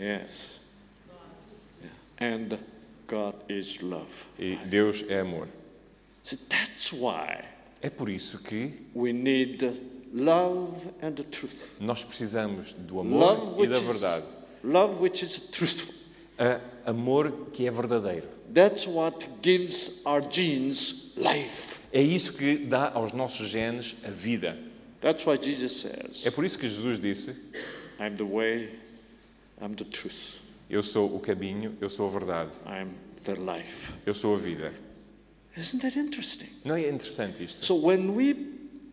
[SPEAKER 1] Yes. Yeah. And God is love.
[SPEAKER 2] E Deus é amor.
[SPEAKER 1] See, that's why
[SPEAKER 2] É por isso que
[SPEAKER 1] we need love and the truth.
[SPEAKER 2] Nós precisamos do
[SPEAKER 1] Love
[SPEAKER 2] amor e
[SPEAKER 1] which
[SPEAKER 2] da
[SPEAKER 1] is,
[SPEAKER 2] verdade.
[SPEAKER 1] love which is truthful.
[SPEAKER 2] A- amor que é verdadeiro.
[SPEAKER 1] That's what gives our genes life.
[SPEAKER 2] É isso que dá aos nossos genes a vida.
[SPEAKER 1] That's why Jesus says,
[SPEAKER 2] É por isso que Jesus disse:
[SPEAKER 1] I'm the way, I'm the truth,
[SPEAKER 2] Eu sou o caminho, eu sou a verdade,
[SPEAKER 1] I'm the life.
[SPEAKER 2] eu sou a vida.
[SPEAKER 1] Isn't that interesting?
[SPEAKER 2] Não é interessante isto?
[SPEAKER 1] So when we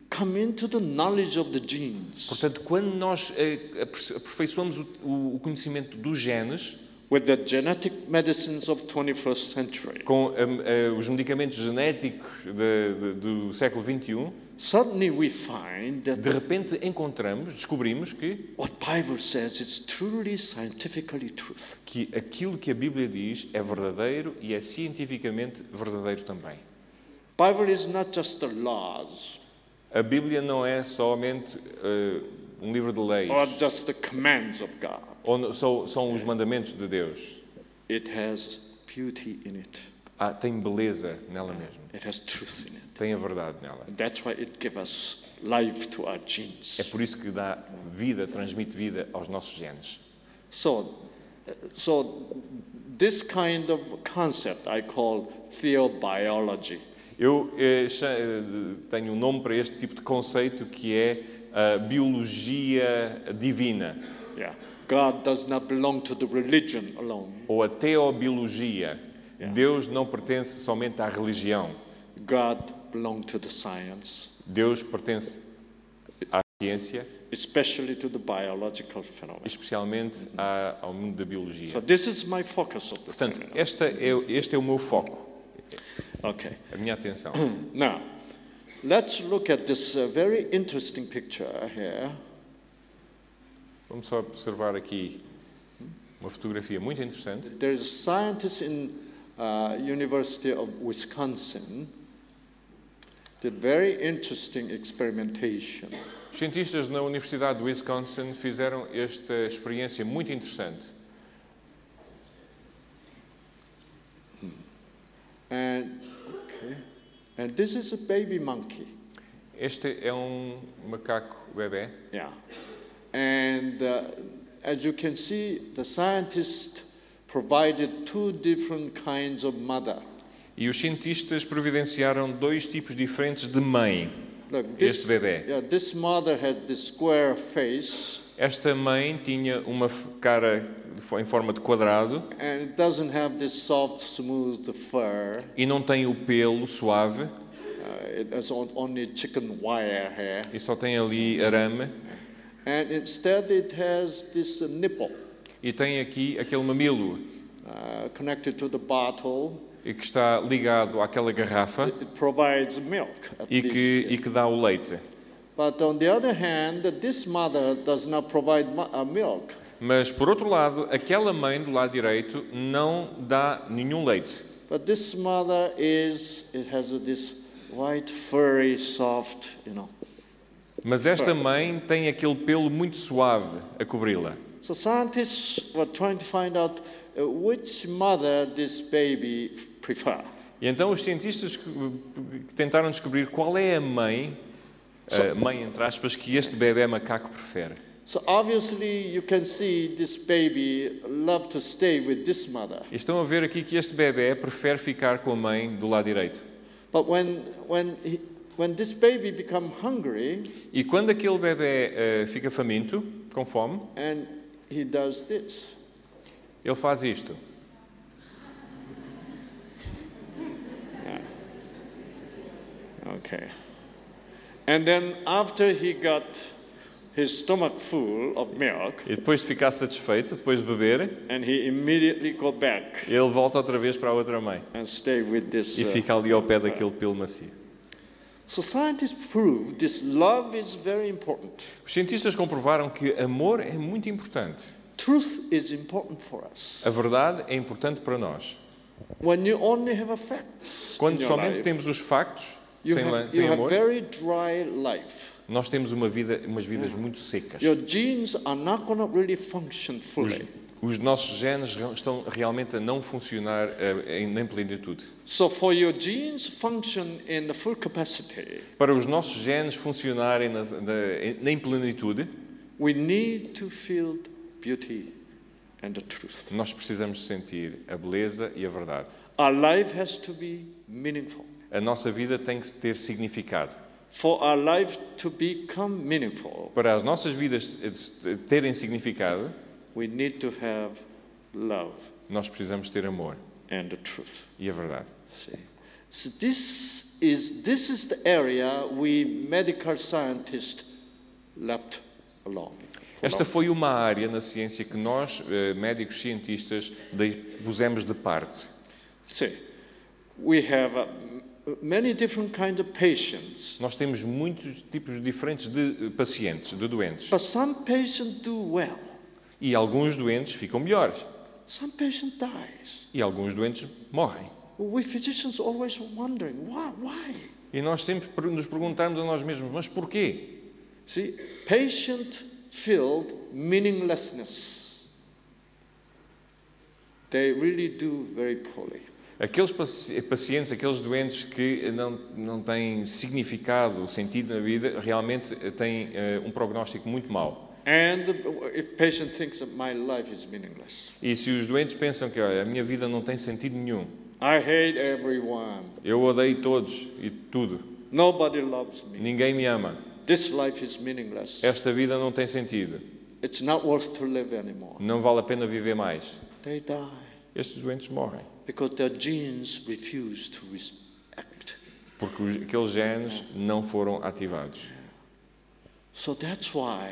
[SPEAKER 1] come into the knowledge of the genes
[SPEAKER 2] Portanto, quando nós eh, aperfei- aperfeiçoamos o, o- o conhecimento dos genes
[SPEAKER 1] with the genetic medicines of 21st century,
[SPEAKER 2] com eh, eh, os medicamentos genéticos de- de- do século XXI,
[SPEAKER 1] suddenly we find that
[SPEAKER 2] de repente encontramos, descobrimos que,
[SPEAKER 1] what Bible says is truly scientifically truth.
[SPEAKER 2] que aquilo que a Bíblia diz é verdadeiro e é cientificamente verdadeiro também.
[SPEAKER 1] Bible is not just the laws
[SPEAKER 2] A Bíblia não é somente eh, um livro de leis,
[SPEAKER 1] or just the commands of God.
[SPEAKER 2] ou no- são, são os mandamentos de Deus.
[SPEAKER 1] It has beauty in it.
[SPEAKER 2] Ah, tem beleza nela mesma,
[SPEAKER 1] It has truth in it.
[SPEAKER 2] tem a verdade nela.
[SPEAKER 1] And that's why it gives us life to our
[SPEAKER 2] É
[SPEAKER 1] genes.
[SPEAKER 2] por isso que dá vida, transmite vida aos nossos genes.
[SPEAKER 1] So, so this kind of concept I call theobiology.
[SPEAKER 2] Eu eh, cha- eh, tenho um nome para este tipo de conceito que é a biologia divina,
[SPEAKER 1] Yeah. God does not belong to the religion alone.
[SPEAKER 2] ou a teobiologia. Deus não pertence somente à religião,
[SPEAKER 1] God belongs to the science,
[SPEAKER 2] Deus pertence à ciência,
[SPEAKER 1] especially to the biological phenomena.
[SPEAKER 2] especialmente à- ao mundo da biologia.
[SPEAKER 1] So this is my focus of the
[SPEAKER 2] Portanto,
[SPEAKER 1] seminar.
[SPEAKER 2] esta é o- este é o meu foco,
[SPEAKER 1] Okay.
[SPEAKER 2] a minha atenção.
[SPEAKER 1] Now, let's look at this uh, very interesting picture here.
[SPEAKER 2] Vamos só observar aqui uma fotografia muito interessante.
[SPEAKER 1] There is a scientist in uh, University of Wisconsin did very interesting experimentation.
[SPEAKER 2] Os cientistas na Universidade de Wisconsin fizeram esta experiência muito interessante.
[SPEAKER 1] And okay, and this is a baby monkey.
[SPEAKER 2] Este é um macaco bebê.
[SPEAKER 1] Yeah. And uh, as you can see, the scientist provided two different kinds of mother.
[SPEAKER 2] E os cientistas providenciaram dois tipos diferentes de mãe.
[SPEAKER 1] Look,
[SPEAKER 2] Este
[SPEAKER 1] this,
[SPEAKER 2] bebê.
[SPEAKER 1] yeah, this mother had this square face
[SPEAKER 2] Esta mãe tinha uma f- cara de fo- em forma de quadrado
[SPEAKER 1] and it doesn't have this soft, smooth fur.
[SPEAKER 2] e não tem o pelo suave
[SPEAKER 1] Uh, it has on, only chicken wire hair.
[SPEAKER 2] e só tem ali arame
[SPEAKER 1] And instead, it has this uh, nipple
[SPEAKER 2] e tem aqui aquele mamilo
[SPEAKER 1] uh, connected to the bottle.
[SPEAKER 2] e que está ligado àquela garrafa
[SPEAKER 1] It, it provides milk, at
[SPEAKER 2] e
[SPEAKER 1] least.
[SPEAKER 2] que, e que dá o leite.
[SPEAKER 1] But on the other hand, this mother does not provide mu- uh, milk.
[SPEAKER 2] Mas, por outro lado, aquela mãe do lado direito não dá nenhum leite.
[SPEAKER 1] But this mother is, it has this white, furry, soft, you know.
[SPEAKER 2] Mas esta mãe tem aquele pelo muito suave a cobri-la.
[SPEAKER 1] So scientists were trying to find out uh, which mother this baby f- prefer.
[SPEAKER 2] E então os cientistas que- que tentaram descobrir qual é a mãe, a mãe entre aspas, que este bebê macaco prefere.
[SPEAKER 1] So obviously, you can see this baby love to stay with this mother.
[SPEAKER 2] E estão a ver aqui que este bebê prefere ficar com a mãe do lado direito.
[SPEAKER 1] But when, when, he, when this baby become hungry
[SPEAKER 2] E quando aquele bebê eh, fica faminto, com fome,
[SPEAKER 1] and he does this,
[SPEAKER 2] ele faz isto.
[SPEAKER 1] okay. And then after he got his stomach full of milk,
[SPEAKER 2] E depois de ficar satisfeito, depois de beber,
[SPEAKER 1] and he immediately go back
[SPEAKER 2] ele volta outra vez para a outra mãe.
[SPEAKER 1] and stay with this.
[SPEAKER 2] E
[SPEAKER 1] uh,
[SPEAKER 2] fica ali ao pé daquele pelo macio.
[SPEAKER 1] So scientists prove this love is very important.
[SPEAKER 2] Os cientistas comprovaram que amor é muito importante.
[SPEAKER 1] Truth is important for us.
[SPEAKER 2] A verdade é importante para nós.
[SPEAKER 1] When you only have facts, in
[SPEAKER 2] Quando
[SPEAKER 1] your
[SPEAKER 2] somente
[SPEAKER 1] life,
[SPEAKER 2] temos os factos,
[SPEAKER 1] you
[SPEAKER 2] sem, lan-
[SPEAKER 1] have,
[SPEAKER 2] sem
[SPEAKER 1] you have
[SPEAKER 2] amor,
[SPEAKER 1] very dry life.
[SPEAKER 2] nós temos uma vida, umas vidas muito secas.
[SPEAKER 1] Your genes are not going to really function
[SPEAKER 2] Os,
[SPEAKER 1] fully.
[SPEAKER 2] Os nossos genes re- estão realmente a não funcionar eh, em em plenitude.
[SPEAKER 1] So for your genes function in the full capacity,
[SPEAKER 2] Para os nossos genes funcionarem nas- na, em- em plenitude,
[SPEAKER 1] we need to feel beauty and the truth.
[SPEAKER 2] nós precisamos sentir a beleza e a verdade.
[SPEAKER 1] Our life has to be meaningful.
[SPEAKER 2] A nossa vida tem que ter significado.
[SPEAKER 1] For our life to become meaningful,
[SPEAKER 2] Para as nossas vidas eh, se- terem significado,
[SPEAKER 1] we need to have love
[SPEAKER 2] nós precisamos ter amor
[SPEAKER 1] and the truth.
[SPEAKER 2] e a verdade.
[SPEAKER 1] See? So this is this is the area we medical scientists left alone.
[SPEAKER 2] Esta foi uma área na ciência que nós, eh, médicos cientistas, dei- pusemos de parte.
[SPEAKER 1] See, we have uh, m- many different kind of patients,
[SPEAKER 2] Nós temos muitos tipos diferentes de eh, pacientes, de doentes.
[SPEAKER 1] but some patients do well,
[SPEAKER 2] E alguns doentes ficam melhores.
[SPEAKER 1] some patient dies.
[SPEAKER 2] E alguns doentes morrem.
[SPEAKER 1] We physicians always wondering why, why.
[SPEAKER 2] E nós sempre per- nos perguntamos a nós mesmos, mas porquê?
[SPEAKER 1] See, patient-filled meaninglessness. They really do very poorly.
[SPEAKER 2] Aqueles paci- pacientes, aqueles doentes que não, não têm significado, sentido na vida, realmente eh, têm eh, um prognóstico muito mau.
[SPEAKER 1] And if patient thinks that my life is meaningless,
[SPEAKER 2] E se os doentes pensam que olha, a minha vida não tem sentido nenhum,
[SPEAKER 1] I hate everyone.
[SPEAKER 2] eu odeio todos e tudo,
[SPEAKER 1] Nobody loves me.
[SPEAKER 2] ninguém me ama,
[SPEAKER 1] This life is meaningless.
[SPEAKER 2] esta vida não tem sentido,
[SPEAKER 1] It's not worth to live anymore.
[SPEAKER 2] não vale a pena viver mais,
[SPEAKER 1] They die
[SPEAKER 2] estes doentes morrem.
[SPEAKER 1] because their genes refuse to react.
[SPEAKER 2] Porque os, aqueles genes não foram ativados.
[SPEAKER 1] So that's why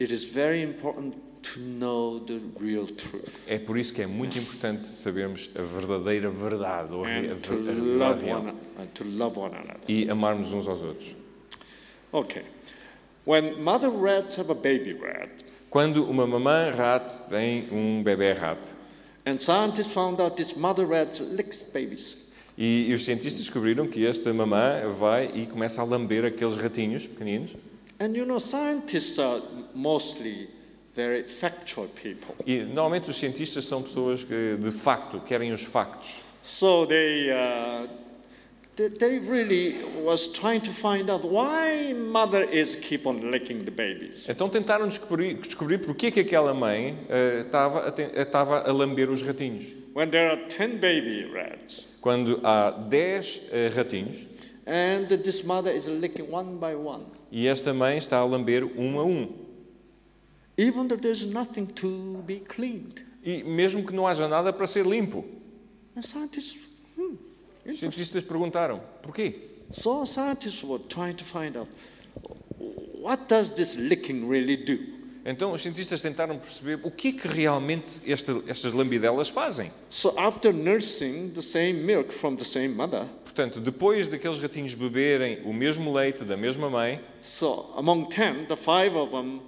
[SPEAKER 1] it is very important to know the real truth
[SPEAKER 2] É por isso que é muito importante sabermos a verdadeira verdade ou a, re- a,
[SPEAKER 1] and to
[SPEAKER 2] ver- a verdade
[SPEAKER 1] love one
[SPEAKER 2] real,
[SPEAKER 1] and to love one another.
[SPEAKER 2] e amarmos uns aos outros.
[SPEAKER 1] Okay. When mother rats have a baby rat,
[SPEAKER 2] Quando uma mamã rato tem um bebê rato
[SPEAKER 1] and scientists found out this mother rat licks babies.
[SPEAKER 2] e, e os cientistas descobriram que esta mamã vai e começa a lamber aqueles ratinhos pequeninos
[SPEAKER 1] And you know, scientists are mostly very factual people.
[SPEAKER 2] e normalmente os cientistas são pessoas que de facto querem os factos
[SPEAKER 1] So they, uh, they, they really was trying to find out why mother is keep on licking the babies.
[SPEAKER 2] Então tentaram descobrir, descobrir porque é que aquela mãe estava a, ten- eh, tava a lamber os ratinhos.
[SPEAKER 1] When there are 10 baby rats
[SPEAKER 2] Quando há 10 eh, ratinhos
[SPEAKER 1] and this mother is licking one by one,
[SPEAKER 2] e esta mãe está a lamber um a um.
[SPEAKER 1] even though there's nothing to be cleaned.
[SPEAKER 2] E mesmo que não haja nada para ser limpo.
[SPEAKER 1] And scientists, hmm,
[SPEAKER 2] Os cientistas perguntaram, porquê?
[SPEAKER 1] so scientists were trying to find out what does this licking really do?
[SPEAKER 2] Então os cientistas tentaram perceber o que é que realmente esta, estas lambidelas fazem.
[SPEAKER 1] So after nursing the same milk from the same mother,
[SPEAKER 2] Portanto, depois daqueles ratinhos beberem o mesmo leite da mesma mãe,
[SPEAKER 1] so among 10, the five of them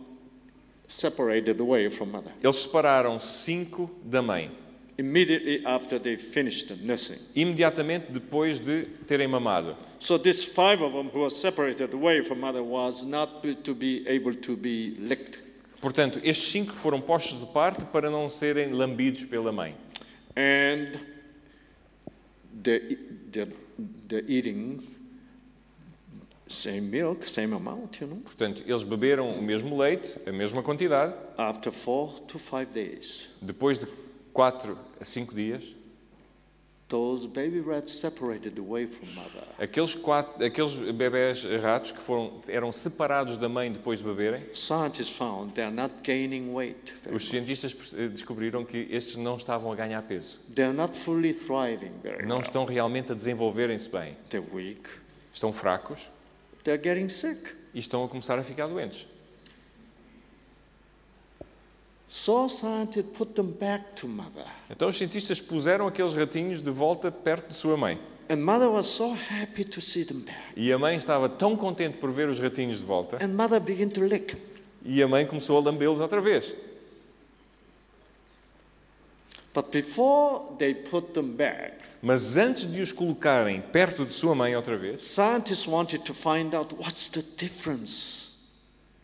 [SPEAKER 1] separated away from mother
[SPEAKER 2] eles separaram cinco da mãe.
[SPEAKER 1] immediately after they finished the nursing.
[SPEAKER 2] Imediatamente depois de terem mamado.
[SPEAKER 1] So these five of them who were separated away from mother was not be- to be able to be licked.
[SPEAKER 2] Portanto, estes cinco foram postos de parte para não serem lambidos pela mãe.
[SPEAKER 1] And they're, e- they're, they're eating same milk, same amount, you know,
[SPEAKER 2] Portanto, eles beberam o mesmo leite, a mesma quantidade,
[SPEAKER 1] after four to five days.
[SPEAKER 2] depois de 4 a 5 dias,
[SPEAKER 1] Those baby rats separated away from mother.
[SPEAKER 2] aqueles, quatro, aqueles bebés ratos que foram, eram separados da mãe depois de beberem,
[SPEAKER 1] Scientists found they are not gaining weight.
[SPEAKER 2] os cientistas eh, descobriram que estes não estavam a ganhar peso,
[SPEAKER 1] They are not fully thriving very
[SPEAKER 2] não
[SPEAKER 1] well.
[SPEAKER 2] estão realmente a desenvolverem-se bem,
[SPEAKER 1] They're weak.
[SPEAKER 2] estão fracos
[SPEAKER 1] They're getting sick.
[SPEAKER 2] e estão a começar a ficar doentes.
[SPEAKER 1] So scientists put them back to mother.
[SPEAKER 2] Então os cientistas puseram aqueles ratinhos de volta perto de sua mãe.
[SPEAKER 1] And mother was so happy to see them back.
[SPEAKER 2] E a mãe estava tão contente por ver os ratinhos de volta
[SPEAKER 1] And mother began to lick.
[SPEAKER 2] E a mãe começou a lambê-los outra vez.
[SPEAKER 1] But before they put them back,
[SPEAKER 2] Mas antes de os colocarem perto de sua mãe outra vez,
[SPEAKER 1] scientists wanted to find out what's the difference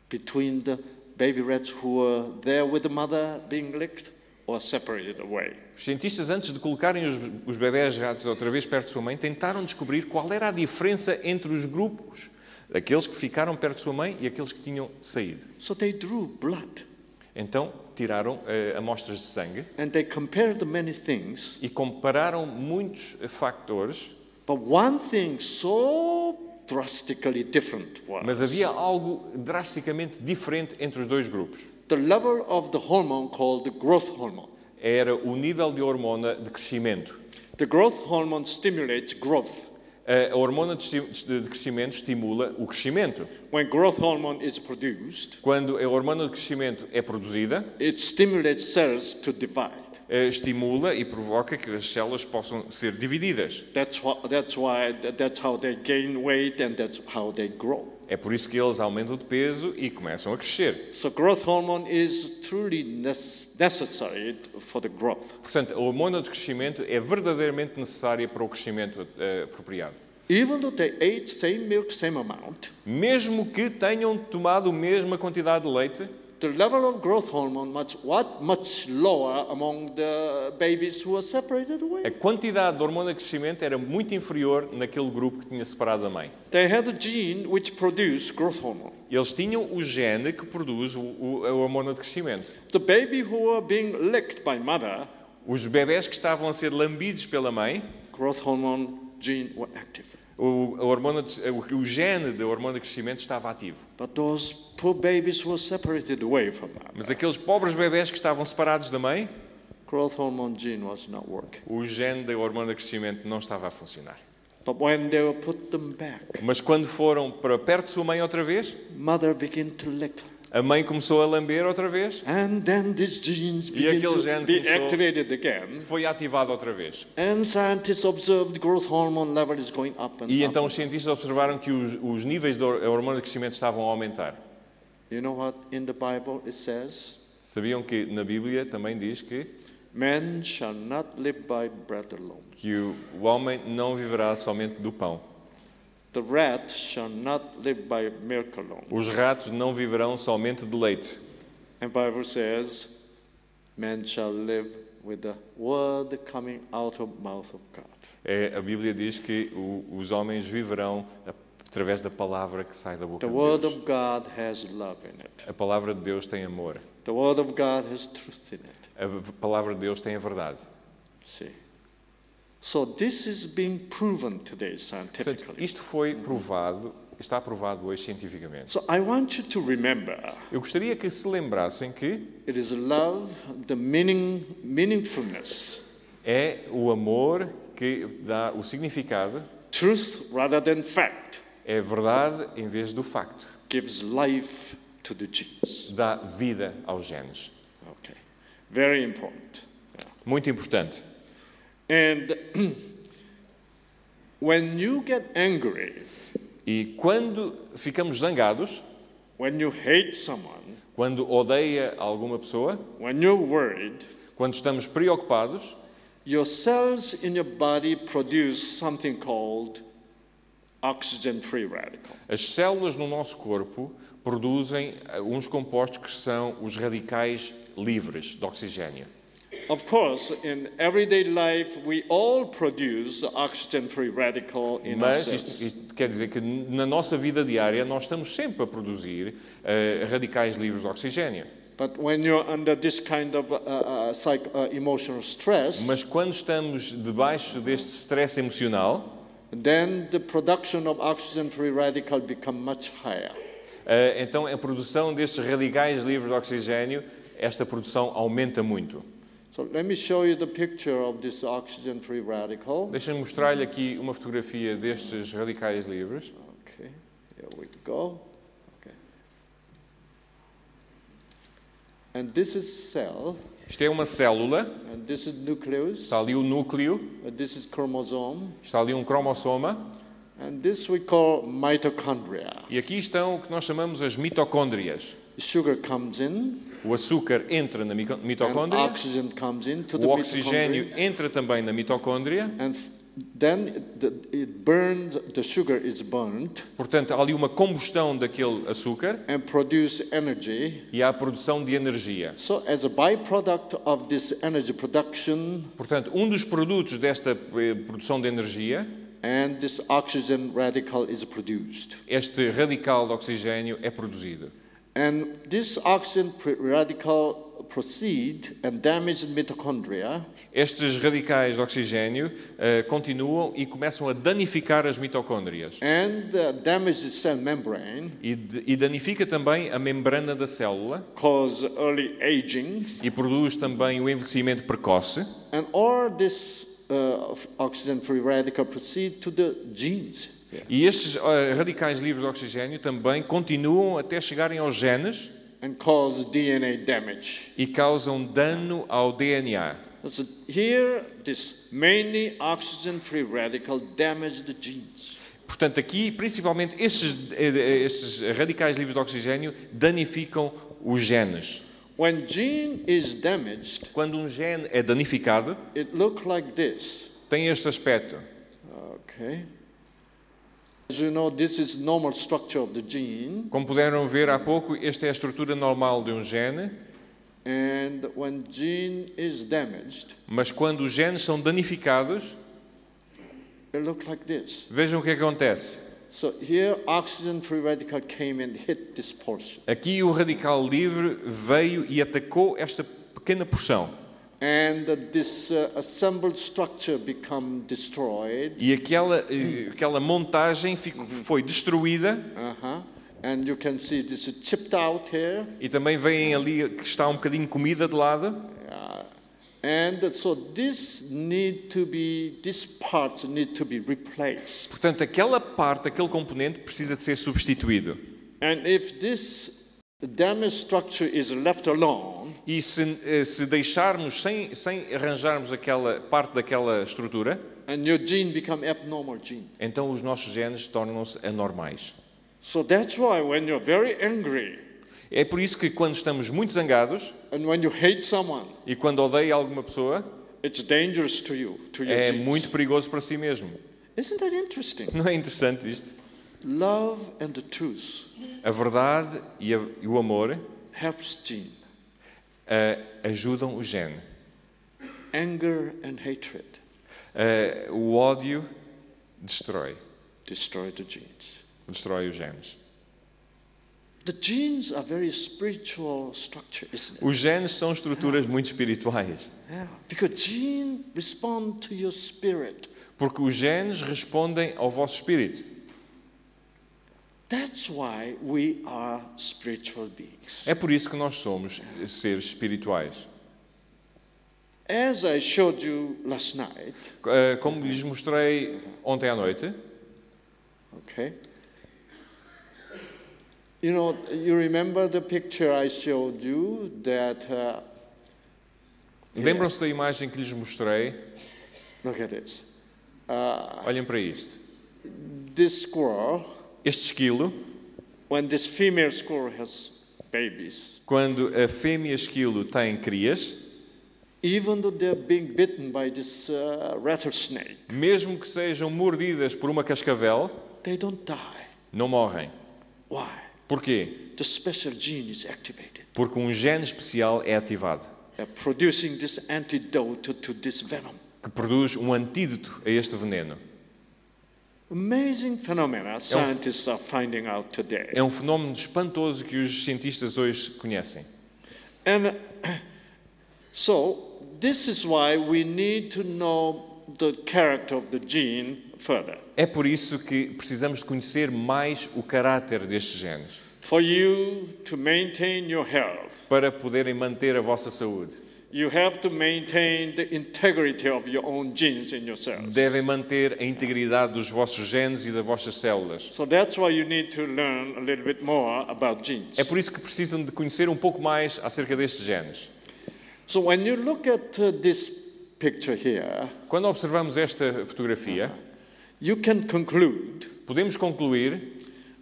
[SPEAKER 1] between the baby rats who were there with the mother being licked or separated away.
[SPEAKER 2] Os cientistas, antes de colocarem os, os bebés ratos outra vez perto de sua mãe, tentaram descobrir qual era a diferença entre os grupos, aqueles que ficaram perto de sua mãe e aqueles que tinham saído.
[SPEAKER 1] So they drew blood
[SPEAKER 2] Então tiraram eh, amostras de sangue
[SPEAKER 1] and they compared many things.
[SPEAKER 2] e compararam muitos eh, factores,
[SPEAKER 1] But one thing so drastically different was
[SPEAKER 2] mas havia algo drasticamente diferente entre os dois grupos.
[SPEAKER 1] the level of the hormone called the growth hormone.
[SPEAKER 2] Era o nível de hormona de crescimento.
[SPEAKER 1] The growth hormone stimulates growth.
[SPEAKER 2] A a hormona de esti- de de crescimento estimula o crescimento.
[SPEAKER 1] When growth hormone is produced,
[SPEAKER 2] Quando a hormona de crescimento é produzida,
[SPEAKER 1] it stimulates cells to divide.
[SPEAKER 2] eh, estimula e provoca que as células possam ser divididas.
[SPEAKER 1] That's, wha- that's why that's how they gain weight and that's how they grow.
[SPEAKER 2] É por isso que eles aumentam de peso e começam a crescer.
[SPEAKER 1] So growth hormone is truly nes- necessary for the growth.
[SPEAKER 2] Portanto, a hormona de crescimento é verdadeiramente necessária para o crescimento eh, apropriado.
[SPEAKER 1] Even though they ate same milk, same amount,
[SPEAKER 2] Mesmo que tenham tomado a mesma quantidade de leite,
[SPEAKER 1] the level of growth hormone much what much lower among the babies who were separated away.
[SPEAKER 2] a quantidade de hormona de crescimento era muito inferior naquele grupo que tinha separado da mãe.
[SPEAKER 1] They had a gene which produced growth hormone.
[SPEAKER 2] Eles tinham o gene que produz o, o, a hormona de crescimento.
[SPEAKER 1] The baby who were being licked by mother,
[SPEAKER 2] Os bebés que estavam a ser lambidos pela mãe,
[SPEAKER 1] growth hormone gene were active.
[SPEAKER 2] o, a hormona de- o, o gene da hormona de crescimento estava ativo.
[SPEAKER 1] But those poor babies who were separated away from mother.
[SPEAKER 2] Mas aqueles pobres bebés que estavam separados da mãe,
[SPEAKER 1] Growth hormone gene was not working.
[SPEAKER 2] o gene da hormona de crescimento não estava a funcionar.
[SPEAKER 1] But when they were put them back,
[SPEAKER 2] Mas quando foram para perto de sua mãe outra vez,
[SPEAKER 1] mother began to lick.
[SPEAKER 2] a mãe começou a lamber outra vez,
[SPEAKER 1] And then these genes
[SPEAKER 2] E
[SPEAKER 1] began
[SPEAKER 2] aquele
[SPEAKER 1] to
[SPEAKER 2] gene
[SPEAKER 1] be
[SPEAKER 2] começou-
[SPEAKER 1] activated again.
[SPEAKER 2] foi ativada outra vez.
[SPEAKER 1] And scientists observed growth hormone level is going up and
[SPEAKER 2] E
[SPEAKER 1] up.
[SPEAKER 2] então os cientistas observaram que os, os níveis da hor- a hormona de crescimento estavam a aumentar.
[SPEAKER 1] You know what in the Bible it says?
[SPEAKER 2] Sabiam que na Bíblia também diz que,
[SPEAKER 1] Man shall not live by bread alone.
[SPEAKER 2] que o, o homem não viverá somente do pão.
[SPEAKER 1] The rat shall not live by milk alone.
[SPEAKER 2] Os ratos não viverão somente de leite.
[SPEAKER 1] And Bible says, man shall live with the word coming out of mouth of God.
[SPEAKER 2] É, a Bíblia diz que o- os homens viverão a- através da palavra que sai da boca
[SPEAKER 1] The
[SPEAKER 2] de
[SPEAKER 1] word
[SPEAKER 2] Deus.
[SPEAKER 1] of God has love in it.
[SPEAKER 2] A palavra de Deus tem amor.
[SPEAKER 1] The word of God has truth in it.
[SPEAKER 2] A v- palavra de Deus tem a verdade.
[SPEAKER 1] See. So this is being proven today
[SPEAKER 2] Portanto,
[SPEAKER 1] scientifically.
[SPEAKER 2] isto foi provado, está provado hoje cientificamente.
[SPEAKER 1] So I want you to remember
[SPEAKER 2] Eu gostaria que se lembrassem que
[SPEAKER 1] it is love, the meaning, meaningfulness,
[SPEAKER 2] é o amor que dá o significado,
[SPEAKER 1] truth rather than fact,
[SPEAKER 2] é verdade em vez do facto,
[SPEAKER 1] gives life to the genes.
[SPEAKER 2] dá vida aos genes.
[SPEAKER 1] Okay. Very important. Yeah.
[SPEAKER 2] Muito importante.
[SPEAKER 1] And when you get angry,
[SPEAKER 2] E quando ficamos zangados,
[SPEAKER 1] when you hate someone,
[SPEAKER 2] quando odeia alguma pessoa,
[SPEAKER 1] when you're worried,
[SPEAKER 2] Quando estamos preocupados,
[SPEAKER 1] your cells in your body produce something called oxygen free radical.
[SPEAKER 2] as células no nosso corpo produzem eh, uns compostos que são os radicais livres de oxigênio.
[SPEAKER 1] Of course, in everyday life, we all produce the oxygen free radical in
[SPEAKER 2] Mas
[SPEAKER 1] our cells.
[SPEAKER 2] isto, isto quer dizer que n- na nossa vida diária nós estamos sempre a produzir eh, radicais livres de oxigênio.
[SPEAKER 1] But when you're under this kind of uh, uh, psych, uh, emotional stress,
[SPEAKER 2] Mas quando estamos debaixo deste stress emocional,
[SPEAKER 1] then the production of oxygen free radical become much higher.
[SPEAKER 2] eh, então a produção destes radicais livres de oxigênio, esta produção aumenta muito.
[SPEAKER 1] So let me show you the picture of this oxygen free radical.
[SPEAKER 2] Deixa-me mostrar-lhe aqui uma fotografia destes radicais livres.
[SPEAKER 1] Okay, here we go. Okay. And this is cell,
[SPEAKER 2] Isto é uma célula
[SPEAKER 1] and this is nucleus,
[SPEAKER 2] Está ali o núcleo,
[SPEAKER 1] and this is chromosome,
[SPEAKER 2] está ali um cromossoma,
[SPEAKER 1] and this we call mitochondria.
[SPEAKER 2] e aqui estão o que nós chamamos as mitocôndrias.
[SPEAKER 1] Sugar comes in,
[SPEAKER 2] O açúcar entra na mico-
[SPEAKER 1] and ah,
[SPEAKER 2] mitocôndria,
[SPEAKER 1] oxygen comes into the
[SPEAKER 2] o oxigênio
[SPEAKER 1] mitochondria,
[SPEAKER 2] entra também na mitocôndria,
[SPEAKER 1] and f- then it, the- it burned, the sugar is burned
[SPEAKER 2] Portanto, há ali uma combustão daquele açúcar
[SPEAKER 1] and produce energy.
[SPEAKER 2] e há a produção de energia.
[SPEAKER 1] So as a byproduct of this energy production
[SPEAKER 2] Portanto, um dos produtos desta eh, produção de energia,
[SPEAKER 1] and this oxygen radical is produced.
[SPEAKER 2] este radical de oxigênio é produzido.
[SPEAKER 1] And this oxygen pre- radical proceed and damage mitochondria
[SPEAKER 2] Estes radicais de oxigênio eh, continuam e começam a danificar as mitocôndrias
[SPEAKER 1] and uh, damage the cell membrane,
[SPEAKER 2] e, de- e danifica também a membrana da célula
[SPEAKER 1] cause early aging.
[SPEAKER 2] e produz também o envelhecimento precoce.
[SPEAKER 1] And all this uh, of oxygen-free radical proceed to the genes.
[SPEAKER 2] E estes eh, radicais livres de oxigênio também continuam até chegarem aos genes
[SPEAKER 1] and cause DNA damage.
[SPEAKER 2] e causam dano ao DNA.
[SPEAKER 1] So here, this mainly oxygen-free radical damage the genes.
[SPEAKER 2] Portanto, aqui, principalmente, estes, eh, estes radicais livres de oxigênio danificam os genes.
[SPEAKER 1] When gene is damaged,
[SPEAKER 2] Quando um gene é danificado,
[SPEAKER 1] it look like this.
[SPEAKER 2] tem este aspecto.
[SPEAKER 1] Okay. As you know, this is normal structure of the gene,
[SPEAKER 2] Como puderam ver há pouco, esta é a estrutura normal de um gene,
[SPEAKER 1] and when gene is damaged,
[SPEAKER 2] mas quando os genes são danificados,
[SPEAKER 1] it look like this.
[SPEAKER 2] vejam o que é que acontece.
[SPEAKER 1] So here, oxygen-free radical came and hit this portion,
[SPEAKER 2] Aqui o radical livre veio e atacou esta pequena porção.
[SPEAKER 1] and this uh, assembled structure become destroyed.
[SPEAKER 2] E aquela, eh, aquela montagem ficou- foi destruída
[SPEAKER 1] Uh-huh. And you can see this is chipped out here.
[SPEAKER 2] e também veem ali que está um bocadinho comida de lado.
[SPEAKER 1] Uh, and so this need to be, this part need to be replaced.
[SPEAKER 2] Portanto, aquela parte, aquele componente precisa de ser substituído.
[SPEAKER 1] And if this damaged structure is left alone,
[SPEAKER 2] E se, eh, se deixarmos, sem, sem arranjarmos aquela parte daquela estrutura,
[SPEAKER 1] and your gene become abnormal gene.
[SPEAKER 2] então os nossos genes tornam-se anormais.
[SPEAKER 1] So that's why when you're very angry
[SPEAKER 2] É por isso que quando estamos muito zangados
[SPEAKER 1] and when you hate someone,
[SPEAKER 2] e quando odeia alguma pessoa,
[SPEAKER 1] it's dangerous to you, to your
[SPEAKER 2] é
[SPEAKER 1] genes.
[SPEAKER 2] muito perigoso para si mesmo.
[SPEAKER 1] Isn't that interesting?
[SPEAKER 2] Não é interessante isto?
[SPEAKER 1] Love and the truth
[SPEAKER 2] A verdade e, a- e o amor
[SPEAKER 1] helps gene.
[SPEAKER 2] eh, ajudam o gene.
[SPEAKER 1] Anger and hatred
[SPEAKER 2] Eh, o ódio destrói,
[SPEAKER 1] destroy the genes.
[SPEAKER 2] destrói os genes.
[SPEAKER 1] The genes are very spiritual structure, isn't it?
[SPEAKER 2] Os genes são estruturas muito espirituais.
[SPEAKER 1] Yeah. Because gene respond to your spirit.
[SPEAKER 2] Porque os genes respondem ao vosso espírito.
[SPEAKER 1] That's why we are spiritual beings.
[SPEAKER 2] É por isso que nós somos seres espirituais.
[SPEAKER 1] As I showed you last night,
[SPEAKER 2] Eh, Como lhes mostrei ontem à noite,
[SPEAKER 1] okay? You know, you remember the picture I showed you that, uh,
[SPEAKER 2] lembram-se da imagem que lhes mostrei?
[SPEAKER 1] look at this. Uh,
[SPEAKER 2] Olhem para isto.
[SPEAKER 1] this squirrel,
[SPEAKER 2] Este esquilo,
[SPEAKER 1] when this female squirrel has babies,
[SPEAKER 2] quando a fêmea esquilo tem crias,
[SPEAKER 1] even though they're being bitten by this uh, rattlesnake,
[SPEAKER 2] mesmo que sejam mordidas por uma cascavel,
[SPEAKER 1] they don't die.
[SPEAKER 2] não morrem.
[SPEAKER 1] Why?
[SPEAKER 2] Porquê?
[SPEAKER 1] The special gene is activated,
[SPEAKER 2] Porque um gene especial é ativado,
[SPEAKER 1] uh, producing this antidote to, to this venom.
[SPEAKER 2] que produz um antídoto a este veneno.
[SPEAKER 1] Amazing phenomena scientists are finding out today.
[SPEAKER 2] É um fenómeno espantoso que os cientistas hoje conhecem.
[SPEAKER 1] And uh, so, this is why we need to know the character of the gene further.
[SPEAKER 2] É por isso que precisamos de conhecer mais o caráter destes genes,
[SPEAKER 1] For you to maintain your health,
[SPEAKER 2] para poderem manter a vossa saúde.
[SPEAKER 1] you have to maintain the integrity of your own genes in yourselves.
[SPEAKER 2] Devem manter a integridade dos vossos genes e das vossas células.
[SPEAKER 1] So that's why you need to learn a little bit more about genes.
[SPEAKER 2] É por isso que precisam de conhecer um pouco mais acerca destes genes.
[SPEAKER 1] So when you look at uh, this picture here,
[SPEAKER 2] Quando observamos esta fotografia,
[SPEAKER 1] you can conclude
[SPEAKER 2] podemos concluir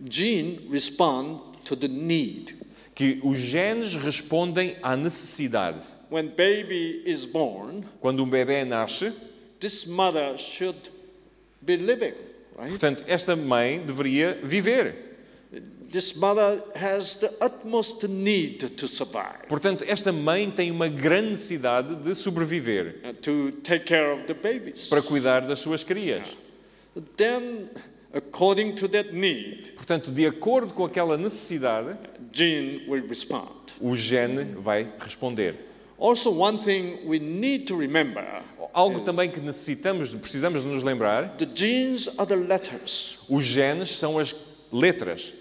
[SPEAKER 1] gene respond to the need.
[SPEAKER 2] que os genes respondem à necessidade.
[SPEAKER 1] When baby is born,
[SPEAKER 2] Quando um bebê nasce,
[SPEAKER 1] this mother should be living, right?
[SPEAKER 2] Portanto, esta mãe deveria viver.
[SPEAKER 1] This mother has the utmost need to survive,
[SPEAKER 2] Portanto, esta mãe tem uma grande necessidade de sobreviver
[SPEAKER 1] uh, to take care of the babies.
[SPEAKER 2] para cuidar das suas crias.
[SPEAKER 1] Then, according to that need,
[SPEAKER 2] Portanto, de acordo com aquela necessidade,
[SPEAKER 1] gene will respond.
[SPEAKER 2] o gene vai responder.
[SPEAKER 1] Also, one thing we need to remember
[SPEAKER 2] Algo também que necessitamos, precisamos de nos lembrar,
[SPEAKER 1] the genes are the letters,
[SPEAKER 2] os genes são as letras,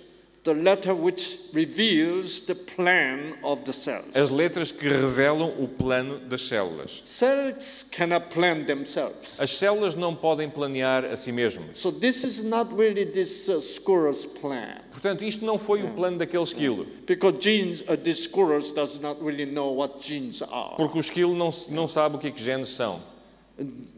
[SPEAKER 1] the letter which reveals the plan of the
[SPEAKER 2] as
[SPEAKER 1] cells.
[SPEAKER 2] letras que revelam o plano das células.
[SPEAKER 1] Cells cannot plan themselves.
[SPEAKER 2] As células não podem planear a si mesmas.
[SPEAKER 1] So, this is not really this uh, squirrel's plan.
[SPEAKER 2] Portanto, isto não foi o plano daquele esquilo,
[SPEAKER 1] Because genes, uh, this squirrels does not really know what genes are.
[SPEAKER 2] porque o esquilo não, se- não sabe o que é que genes são.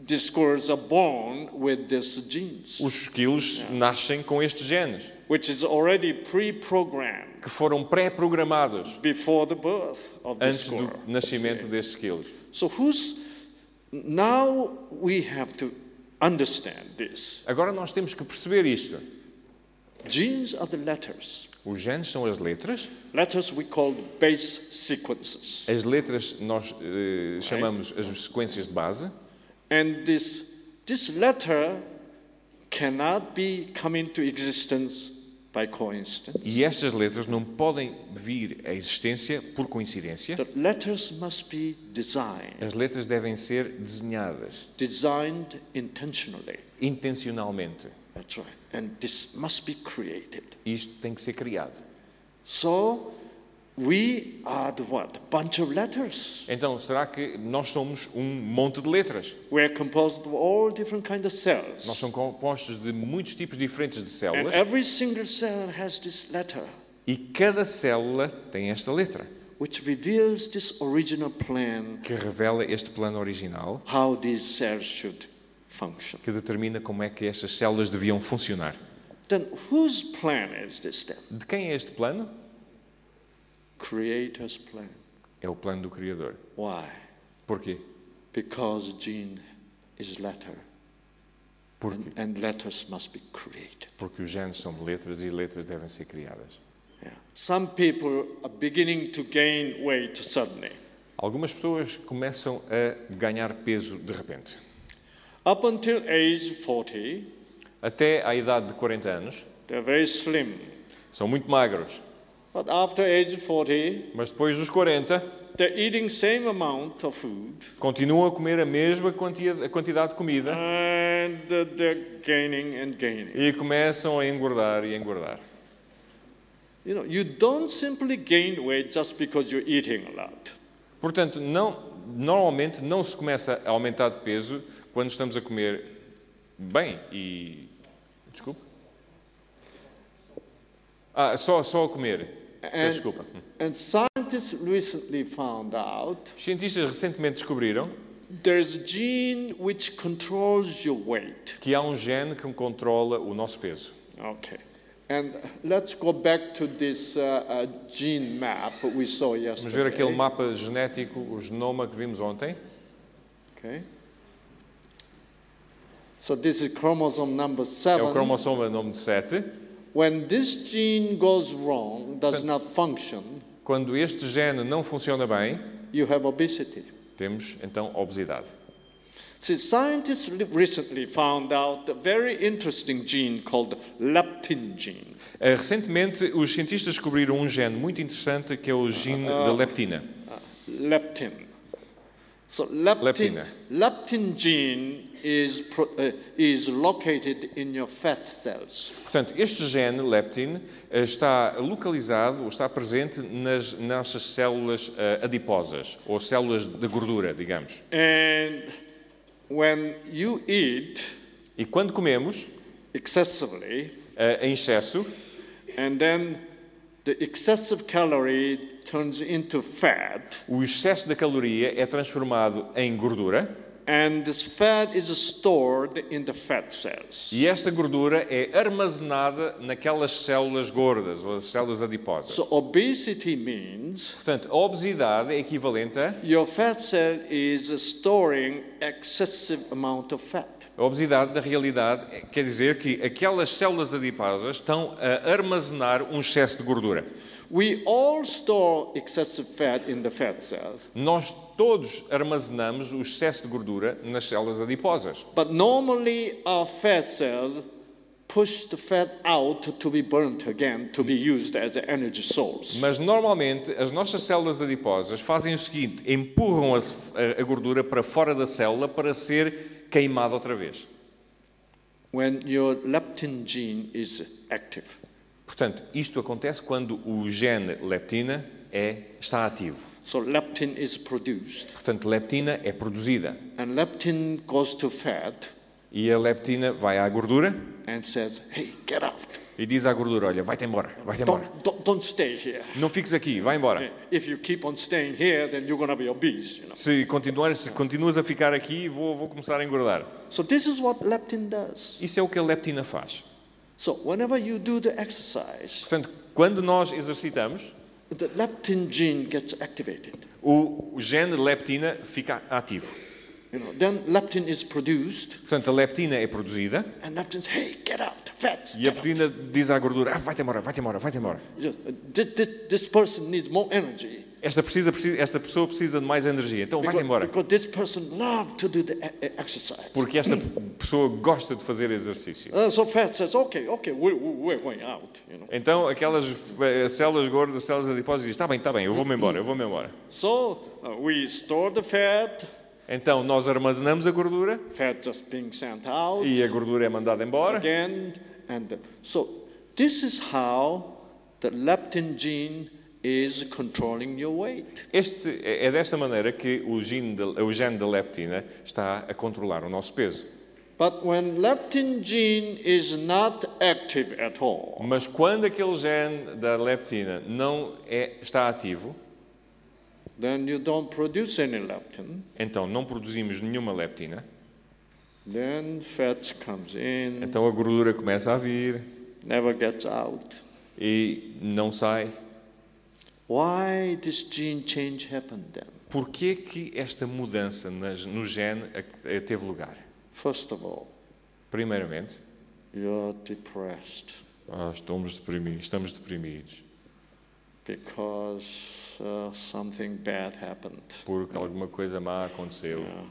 [SPEAKER 1] These squirrels are born with these genes,
[SPEAKER 2] Os esquilos nascem com estes genes,
[SPEAKER 1] which is already pre-programmed
[SPEAKER 2] que foram pré-programados
[SPEAKER 1] before the birth of the
[SPEAKER 2] antes
[SPEAKER 1] squirrel.
[SPEAKER 2] do nascimento destes esquilos.
[SPEAKER 1] So who's now we have to understand this.
[SPEAKER 2] Agora nós temos que perceber isto.
[SPEAKER 1] Genes are the letters.
[SPEAKER 2] Os genes são as letras.
[SPEAKER 1] Letters we call the base sequences.
[SPEAKER 2] As letras nós eh, chamamos as sequências de base.
[SPEAKER 1] And this this letter cannot be come into existence by coincidence.
[SPEAKER 2] E estas letras não podem vir à existência por coincidência.
[SPEAKER 1] The letters must be designed,
[SPEAKER 2] As letras devem ser desenhadas
[SPEAKER 1] designed intentionally.
[SPEAKER 2] intencionalmente.
[SPEAKER 1] That's right. And this must be created.
[SPEAKER 2] Isto tem que ser criado.
[SPEAKER 1] So we are the what? Bunch of letters.
[SPEAKER 2] Então, será que nós somos um monte de letras?
[SPEAKER 1] We're composed of all different kind of cells.
[SPEAKER 2] Nós somos compostos de muitos tipos diferentes de
[SPEAKER 1] And
[SPEAKER 2] células
[SPEAKER 1] every single cell has this letter,
[SPEAKER 2] e cada célula tem esta letra
[SPEAKER 1] which reveals this original plan
[SPEAKER 2] que revela este plano original
[SPEAKER 1] how these cells should function.
[SPEAKER 2] que determina como é que estas células deviam funcionar.
[SPEAKER 1] Then whose plan is this then?
[SPEAKER 2] De quem é este plano?
[SPEAKER 1] Creator's plan.
[SPEAKER 2] É o plano do Criador.
[SPEAKER 1] Why?
[SPEAKER 2] Porquê?
[SPEAKER 1] Because gene is letter,
[SPEAKER 2] Porquê?
[SPEAKER 1] and letters must be created.
[SPEAKER 2] Porque os genes são de letras e letras devem ser criadas.
[SPEAKER 1] Yeah. Some people are beginning to gain weight suddenly.
[SPEAKER 2] Algumas pessoas começam a ganhar peso de repente.
[SPEAKER 1] Up until age 40,
[SPEAKER 2] Até à idade de 40 anos,
[SPEAKER 1] they're very slim.
[SPEAKER 2] são muito magros.
[SPEAKER 1] But after age 40,
[SPEAKER 2] Mas depois dos 40,
[SPEAKER 1] they're eating same amount of food
[SPEAKER 2] continuam a comer a mesma quantia- a quantidade de comida
[SPEAKER 1] and uh, they're gaining and gaining
[SPEAKER 2] e começam a engordar e a engordar.
[SPEAKER 1] you know you don't simply gain weight just because you're eating a lot
[SPEAKER 2] Portanto, não, normalmente não se começa a aumentar de peso quando estamos a comer bem e. Desculpe? Ah, só, só a comer.
[SPEAKER 1] É-
[SPEAKER 2] Peço desculpa.
[SPEAKER 1] and scientists recently found out
[SPEAKER 2] Os cientistas recentemente descobriram
[SPEAKER 1] there's a gene which controls your weight
[SPEAKER 2] que há um gene que controla o nosso peso.
[SPEAKER 1] okay and let's go back to this uh, uh, gene map we saw
[SPEAKER 2] Vamos ver aquele
[SPEAKER 1] yesterday
[SPEAKER 2] mapa genético, o genoma que vimos ontem. É
[SPEAKER 1] okay so this is chromosome number
[SPEAKER 2] É o
[SPEAKER 1] 7
[SPEAKER 2] cromossoma número 7.
[SPEAKER 1] When this gene goes wrong, does not function,
[SPEAKER 2] Quando este gene não funciona bem,
[SPEAKER 1] you have obesity.
[SPEAKER 2] temos então obesidade.
[SPEAKER 1] See, scientists li- recently found out a very interesting gene called leptin gene.
[SPEAKER 2] Eh, Recentemente, os cientistas descobriram um gene muito interessante que é o gene da leptina.
[SPEAKER 1] Leptin. So leptin,
[SPEAKER 2] Leptina.
[SPEAKER 1] leptin gene is, pro, uh, is located in your fat cells.
[SPEAKER 2] Portanto, este gene, leptin, eh, está localizado ou está presente nas nossas células eh, adiposas, ou células de gordura, digamos.
[SPEAKER 1] And when you eat
[SPEAKER 2] E quando comemos
[SPEAKER 1] excessively,
[SPEAKER 2] eh, em excesso,
[SPEAKER 1] and then the excessive calorie turns into fat,
[SPEAKER 2] o excesso da caloria é transformado em gordura
[SPEAKER 1] And this fat is stored in the fat cells.
[SPEAKER 2] E esta gordura é armazenada naquelas células gordas, ou as células adiposas.
[SPEAKER 1] So obesity means
[SPEAKER 2] Portanto, a obesidade é equivalente a...
[SPEAKER 1] your fat cell is storing excessive amount of fat.
[SPEAKER 2] A obesidade, na realidade, é- quer dizer que aquelas células adiposas estão a armazenar um excesso de gordura.
[SPEAKER 1] We all store excessive fat in the fat cell,
[SPEAKER 2] Nós todos armazenamos o excesso de gordura nas células adiposas.
[SPEAKER 1] but normally our fat cell push the fat out to be burnt again to be used as an energy source.
[SPEAKER 2] Mas normalmente as nossas células adiposas fazem o seguinte: empurram a, a gordura para fora da célula para ser queimada outra vez.
[SPEAKER 1] When your leptin gene is active,
[SPEAKER 2] Portanto, isto acontece quando o gene leptina é, está ativo.
[SPEAKER 1] so leptin is produced,
[SPEAKER 2] Portanto, leptina é produzida
[SPEAKER 1] and leptin goes to fat
[SPEAKER 2] e a leptina vai à gordura
[SPEAKER 1] and says, "Hey, get out!
[SPEAKER 2] e diz à gordura: olha, vai-te embora, vai-te embora.
[SPEAKER 1] Don't, don't, don't stay here.
[SPEAKER 2] Não fiques aqui, vai embora.
[SPEAKER 1] If you keep on staying here, then you're gonna be obese." You know.
[SPEAKER 2] Se continuares, se continuas a ficar aqui, vou, vou começar a engordar.
[SPEAKER 1] So this is what leptin does.
[SPEAKER 2] Isso é o que a leptina faz.
[SPEAKER 1] So whenever you do the exercise,
[SPEAKER 2] Portanto, quando nós exercitamos,
[SPEAKER 1] the leptin gene gets activated.
[SPEAKER 2] o o gene leptina fica ativo.
[SPEAKER 1] You know, then leptin is produced,
[SPEAKER 2] Portanto, a leptina é produzida
[SPEAKER 1] and leptin says, "Hey, get out, fat!
[SPEAKER 2] e
[SPEAKER 1] Get
[SPEAKER 2] a
[SPEAKER 1] out.
[SPEAKER 2] leptina diz à gordura: ah, vai-te embora, vai-te embora, vai-te embora.
[SPEAKER 1] You- This, this, this person needs more energy
[SPEAKER 2] Esta, precisa, precisa- esta pessoa precisa de mais energia, então vai-te
[SPEAKER 1] because,
[SPEAKER 2] embora.
[SPEAKER 1] because this person loves to do the e- e- exercise."
[SPEAKER 2] Porque esta pessoa gosta de fazer exercício.
[SPEAKER 1] Uh, so fat says, "Okay, okay, we're, we're going out." You know.
[SPEAKER 2] Então, aquelas eh, células gordas, células adiposas, dizem: está bem, está bem, eu vou-me embora, eu vou-me embora.
[SPEAKER 1] So uh, we store the fat.
[SPEAKER 2] Então, nós armazenamos a gordura
[SPEAKER 1] Fat just being sent out.
[SPEAKER 2] e a gordura é mandada embora.
[SPEAKER 1] again and uh, so this is how the leptin gene is controlling your weight
[SPEAKER 2] Este, é é desta maneira que o gene, da- o gene da leptina está a controlar o nosso peso.
[SPEAKER 1] but when leptin gene is not active at all
[SPEAKER 2] Mas quando aquele gene da leptina não é, está ativo,
[SPEAKER 1] then you don't produce any leptin
[SPEAKER 2] então não produzimos nenhuma leptina,
[SPEAKER 1] then fat comes in
[SPEAKER 2] então a gordura começa a vir
[SPEAKER 1] never gets out
[SPEAKER 2] e não sai.
[SPEAKER 1] why this gene change happened then
[SPEAKER 2] Porquê que esta mudança nas- no gene a- a- teve lugar?
[SPEAKER 1] first of all
[SPEAKER 2] Primeiramente,
[SPEAKER 1] you're depressed
[SPEAKER 2] ah, estamos deprimidos, estamos deprimidos
[SPEAKER 1] because uh, something bad happened
[SPEAKER 2] porque alguma coisa má aconteceu
[SPEAKER 1] Yeah.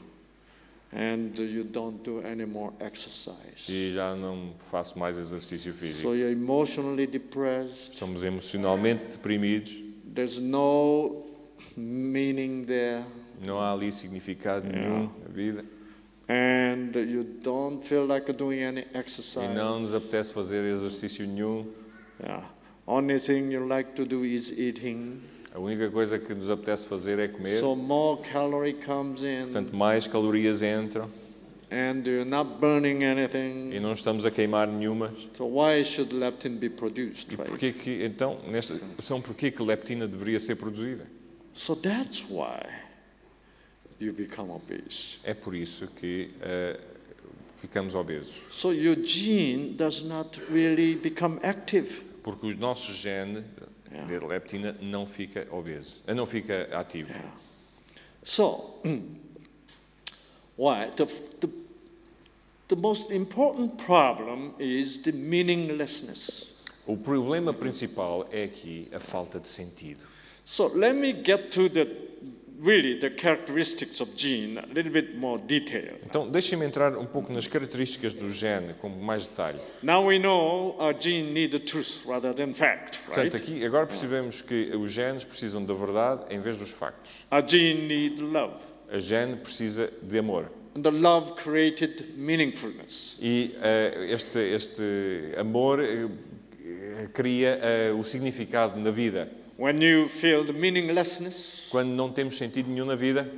[SPEAKER 1] And you don't do any more exercise.
[SPEAKER 2] e já não faço mais exercício
[SPEAKER 1] So
[SPEAKER 2] físico.
[SPEAKER 1] you're emotionally depressed.
[SPEAKER 2] Estamos emocionalmente deprimidos,
[SPEAKER 1] There's no meaning there.
[SPEAKER 2] não há ali significado nenhum na vida.
[SPEAKER 1] And you don't feel like doing any
[SPEAKER 2] E
[SPEAKER 1] exercise.
[SPEAKER 2] não nos apetece fazer exercício nenhum.
[SPEAKER 1] Yeah. Only thing you like to do is eating.
[SPEAKER 2] A única coisa que nos apetece fazer é comer.
[SPEAKER 1] So more calorie comes in
[SPEAKER 2] Portanto, mais calorias entram
[SPEAKER 1] and you're not burning anything.
[SPEAKER 2] e não estamos a queimar nenhumas.
[SPEAKER 1] so why should leptin be produced,
[SPEAKER 2] E
[SPEAKER 1] right?
[SPEAKER 2] porquê que, então, nesta são porquê que leptina deveria ser produzida?
[SPEAKER 1] So that's why you become obese.
[SPEAKER 2] É por isso que eh, ficamos obesos.
[SPEAKER 1] So your gene does not really become active.
[SPEAKER 2] Porque o nosso gene de leptina não fica obeso, eh, não fica ativo.
[SPEAKER 1] So mm, why the, f- the the most important problem is the meaninglessness.
[SPEAKER 2] O problema principal é aqui a falta de sentido.
[SPEAKER 1] So let me get to the really the characteristics of gene a little bit more detail.
[SPEAKER 2] Então, deixem-me entrar um pouco nas características do gene com mais detalhe.
[SPEAKER 1] Now we know our gene need the truth rather than fact, right?
[SPEAKER 2] Portanto, aqui agora percebemos que os genes precisam da verdade em vez dos factos.
[SPEAKER 1] Our gene need love.
[SPEAKER 2] A gene precisa de amor.
[SPEAKER 1] And the love created meaningfulness.
[SPEAKER 2] E eh, este, este amor eh, eh, cria eh, o significado na vida.
[SPEAKER 1] When you feel the meaninglessness,
[SPEAKER 2] Quando não temos sentido nenhum na vida,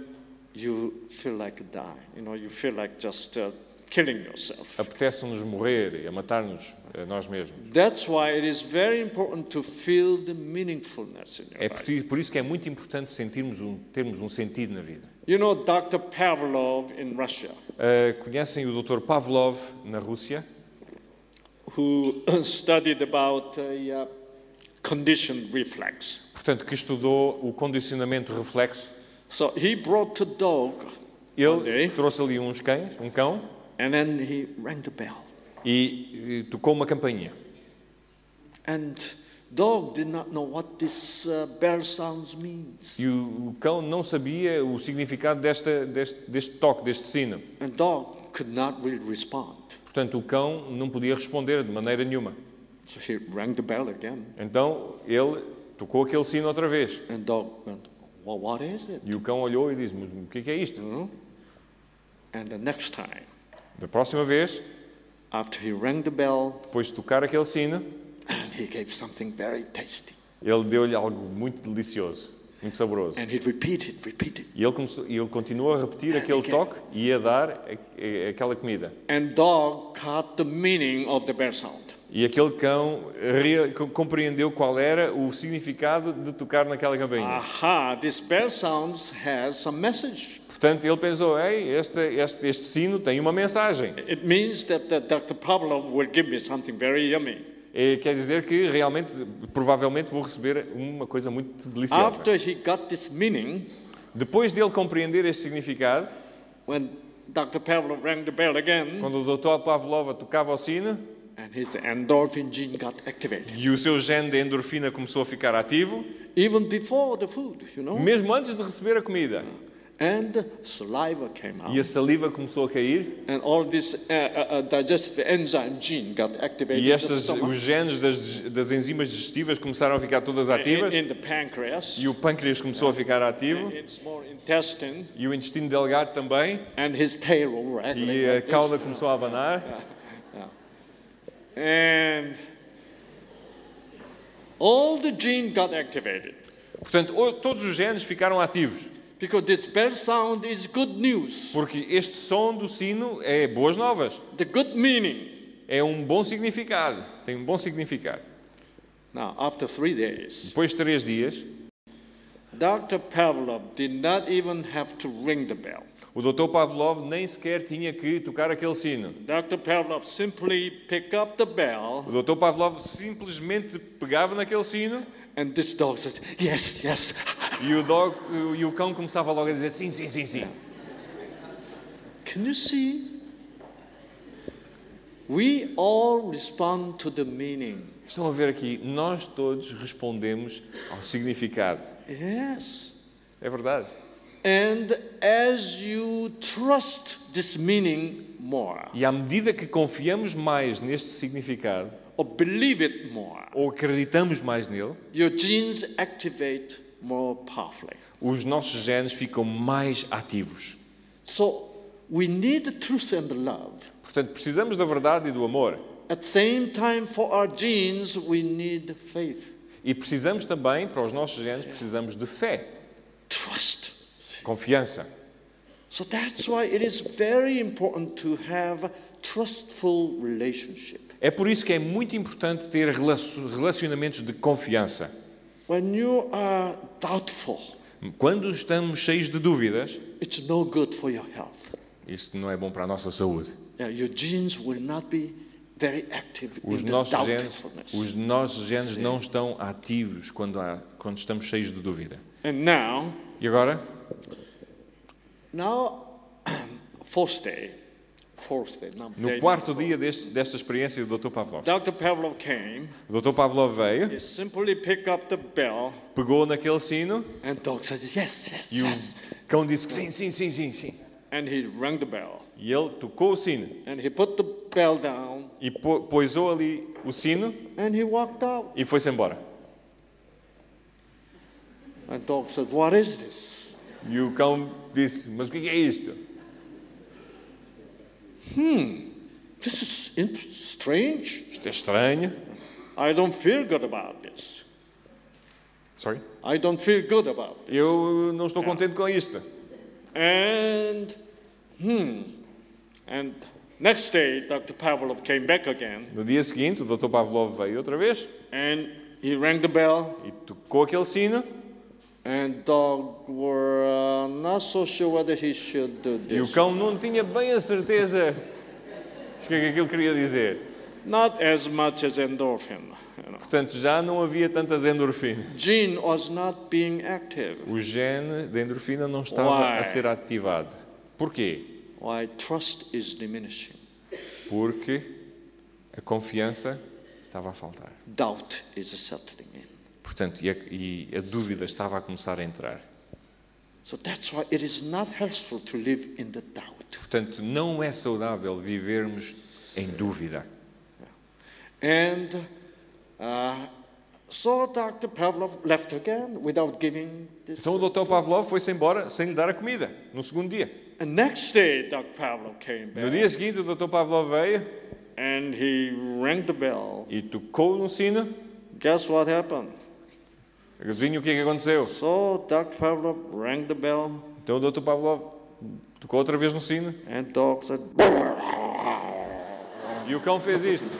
[SPEAKER 1] you feel like dying. You know, you feel like just uh, killing yourself.
[SPEAKER 2] apetece-nos morrer e a matar-nos a nós mesmos.
[SPEAKER 1] That's why it is very important to feel the meaningfulness in your
[SPEAKER 2] É
[SPEAKER 1] life.
[SPEAKER 2] por, por isso que é muito importante sentirmos um, termos um sentido na vida.
[SPEAKER 1] You know Dr. Pavlov in Russia,
[SPEAKER 2] Eh, conhecem o Dr. Pavlov, na Rússia?
[SPEAKER 1] who studied about a uh, conditioned reflex.
[SPEAKER 2] Portanto, que estudou o condicionamento reflexo.
[SPEAKER 1] So he brought a dog
[SPEAKER 2] Ele
[SPEAKER 1] Ok.
[SPEAKER 2] trouxe ali uns cães, um cão,
[SPEAKER 1] and then he rang the bell.
[SPEAKER 2] e, e tocou uma campainha.
[SPEAKER 1] And dog did not know what this uh, bell sounds means.
[SPEAKER 2] E o, o cão não sabia o significado desta, deste, deste toque, deste sino.
[SPEAKER 1] And dog could not really respond.
[SPEAKER 2] Portanto, o cão não podia responder de maneira nenhuma.
[SPEAKER 1] So he rang the bell again.
[SPEAKER 2] Então, ele tocou aquele sino outra vez.
[SPEAKER 1] And dog went, well, what is it?
[SPEAKER 2] E o cão olhou e disse: Mas o que é que é isto?
[SPEAKER 1] You know? And the next time,
[SPEAKER 2] Da próxima vez,
[SPEAKER 1] after he rang the bell,
[SPEAKER 2] depois de tocar aquele sino,
[SPEAKER 1] and he gave something very tasty.
[SPEAKER 2] ele deu-lhe algo muito delicioso, muito saboroso.
[SPEAKER 1] And he repeated, repeated.
[SPEAKER 2] E ele, começou, e ele continuou a repetir aquele toque e a dar a- a- aquela comida.
[SPEAKER 1] And dog caught the meaning of the bell sound.
[SPEAKER 2] E aquele cão rea- co- compreendeu qual era o significado de tocar naquela campainha.
[SPEAKER 1] Ah. Aha, this bell sounds has some message.
[SPEAKER 2] Portanto, ele pensou, ei, este, este, este sino tem uma mensagem.
[SPEAKER 1] It means that the, Dr. Pavlov will give me something very yummy.
[SPEAKER 2] Eh, quer dizer que realmente, provavelmente, vou receber uma coisa muito deliciosa.
[SPEAKER 1] After he got this meaning,
[SPEAKER 2] Depois dele compreender este significado,
[SPEAKER 1] when Dr. Pavlov rang the bell again,
[SPEAKER 2] quando o Dr. Pavlova tocava o sino
[SPEAKER 1] and his endorphin gene got activated.
[SPEAKER 2] e o seu gene de endorfina começou a ficar ativo,
[SPEAKER 1] Even before the food, you know?
[SPEAKER 2] mesmo antes de receber a comida,
[SPEAKER 1] And saliva came out.
[SPEAKER 2] e a saliva começou a cair,
[SPEAKER 1] And all this uh, uh, uh, digestive enzyme gene got activated in
[SPEAKER 2] e
[SPEAKER 1] the,
[SPEAKER 2] estas,
[SPEAKER 1] stomach,
[SPEAKER 2] os genes das, das enzimas digestivas começaram a ficar todas ativas,
[SPEAKER 1] in, in the pancreas,
[SPEAKER 2] e o pâncreas começou a ficar ativo,
[SPEAKER 1] in small intestine,
[SPEAKER 2] e o intestino delgado também,
[SPEAKER 1] and his tail will wag
[SPEAKER 2] e a
[SPEAKER 1] like this.
[SPEAKER 2] cauda começou a abanar.
[SPEAKER 1] And all the gene got activated.
[SPEAKER 2] Portanto, o- todos os genes ficaram ativos,
[SPEAKER 1] Because this bell sound is good news.
[SPEAKER 2] porque este som do sino é boas novas,
[SPEAKER 1] The good meaning.
[SPEAKER 2] é um bom significado, tem um bom significado.
[SPEAKER 1] Now, after three days,
[SPEAKER 2] Depois de três dias,
[SPEAKER 1] Dr. Pavlov did not even have to ring the bell.
[SPEAKER 2] o Dr. Pavlov nem sequer tinha que tocar aquele sino.
[SPEAKER 1] Dr. Pavlov simply picked up the bell,
[SPEAKER 2] O Dr. Pavlov simplesmente pegava naquele sino
[SPEAKER 1] and this dog says, Yes, yes.
[SPEAKER 2] e o, dog, e o cão começava logo a dizer sim, sim, sim, sim.
[SPEAKER 1] Can you see? We all respond to the meaning.
[SPEAKER 2] Estão a ver aqui, nós todos respondemos ao significado.
[SPEAKER 1] Yes.
[SPEAKER 2] É verdade.
[SPEAKER 1] And as you trust this meaning more,
[SPEAKER 2] E à medida que confiamos mais neste significado,
[SPEAKER 1] or believe it more,
[SPEAKER 2] ou acreditamos mais nele,
[SPEAKER 1] your genes activate more powerfully.
[SPEAKER 2] os nossos genes ficam mais ativos.
[SPEAKER 1] So we need the truth and the love.
[SPEAKER 2] Portanto, precisamos da verdade e do amor.
[SPEAKER 1] At the same time, for our genes, we need faith,
[SPEAKER 2] E precisamos também, para os nossos genes, precisamos de fé,
[SPEAKER 1] trust.
[SPEAKER 2] confiança.
[SPEAKER 1] So that's why it is very important to have a trustful relationship.
[SPEAKER 2] É por isso que é muito importante ter relacio- relacionamentos de confiança.
[SPEAKER 1] When you are doubtful,
[SPEAKER 2] Quando estamos cheios de dúvidas,
[SPEAKER 1] it's no good for your health.
[SPEAKER 2] isso não é bom para a nossa saúde.
[SPEAKER 1] Yeah, your genes will not be very active
[SPEAKER 2] Os
[SPEAKER 1] in the
[SPEAKER 2] nossos genes,
[SPEAKER 1] doubtfulness.
[SPEAKER 2] os nossos genes não estão ativos quando, há- quando estamos cheios de dúvida.
[SPEAKER 1] And now,
[SPEAKER 2] E agora?
[SPEAKER 1] now, fourth day, fourth day. Now,
[SPEAKER 2] No
[SPEAKER 1] day
[SPEAKER 2] quarto
[SPEAKER 1] number
[SPEAKER 2] dia deste, desta experiência do Dr. Pavlov,
[SPEAKER 1] four. Dr. Pavlov came.
[SPEAKER 2] o Dr. Pavlov veio,
[SPEAKER 1] He simply picked up the bell,
[SPEAKER 2] pegou naquele sino
[SPEAKER 1] and dog says yes, yes,
[SPEAKER 2] e
[SPEAKER 1] yes,
[SPEAKER 2] o cão disse que sim, sim, sim, sim, sim.
[SPEAKER 1] and he rang the bell,
[SPEAKER 2] E ele tocou o sino
[SPEAKER 1] and he put the bell down,
[SPEAKER 2] e po- poisou ali o sino
[SPEAKER 1] and he walked out.
[SPEAKER 2] e foi-se embora.
[SPEAKER 1] And dog said, "What is this?"
[SPEAKER 2] E o cão disse: Mas o que é isto?
[SPEAKER 1] This is int- strange.
[SPEAKER 2] Isto é estranho.
[SPEAKER 1] I don't feel good about this.
[SPEAKER 2] Sorry.
[SPEAKER 1] I don't feel good about it.
[SPEAKER 2] Eu não estou contente com isto.
[SPEAKER 1] And hmm. And next day, Dr. Pavlov came back again,
[SPEAKER 2] No dia seguinte, o Dr. Pavlov veio outra vez
[SPEAKER 1] and he rang the bell,
[SPEAKER 2] e tocou aquele sino
[SPEAKER 1] And dog were uh, not so sure whether he should do
[SPEAKER 2] E o
[SPEAKER 1] this.
[SPEAKER 2] cão não tinha bem a certeza do que é que aquilo queria dizer.
[SPEAKER 1] Not as much as endorphin. You know.
[SPEAKER 2] Portanto, já não havia tantas endorfinas.
[SPEAKER 1] Gene was not being active.
[SPEAKER 2] O gene da endorfina não estava
[SPEAKER 1] Why?
[SPEAKER 2] a ser ativado. Porquê?
[SPEAKER 1] Why trust is diminishing,
[SPEAKER 2] Porque a confiança estava a faltar.
[SPEAKER 1] doubt is settling in.
[SPEAKER 2] Portanto, e a, e a dúvida estava a começar a entrar.
[SPEAKER 1] So that's why it is not helpful to live in the doubt.
[SPEAKER 2] Portanto, não é saudável vivermos em dúvida.
[SPEAKER 1] And uh, so Dr. Pavlov left again without giving this.
[SPEAKER 2] Então o Dr. Pavlov foi-se embora sem lhe dar a comida, no segundo dia.
[SPEAKER 1] And next day, Dr. Pavlov came
[SPEAKER 2] No
[SPEAKER 1] back
[SPEAKER 2] dia seguinte, o Dr. Pavlov veio
[SPEAKER 1] and he rang the bell.
[SPEAKER 2] e tocou no sino.
[SPEAKER 1] Guess what happened?
[SPEAKER 2] Adivinha o que é que aconteceu?
[SPEAKER 1] So Dr. Pavlov rang the bell
[SPEAKER 2] Então o Dr. Pavlov tocou outra vez no sino
[SPEAKER 1] and dog said,
[SPEAKER 2] e o cão fez isto.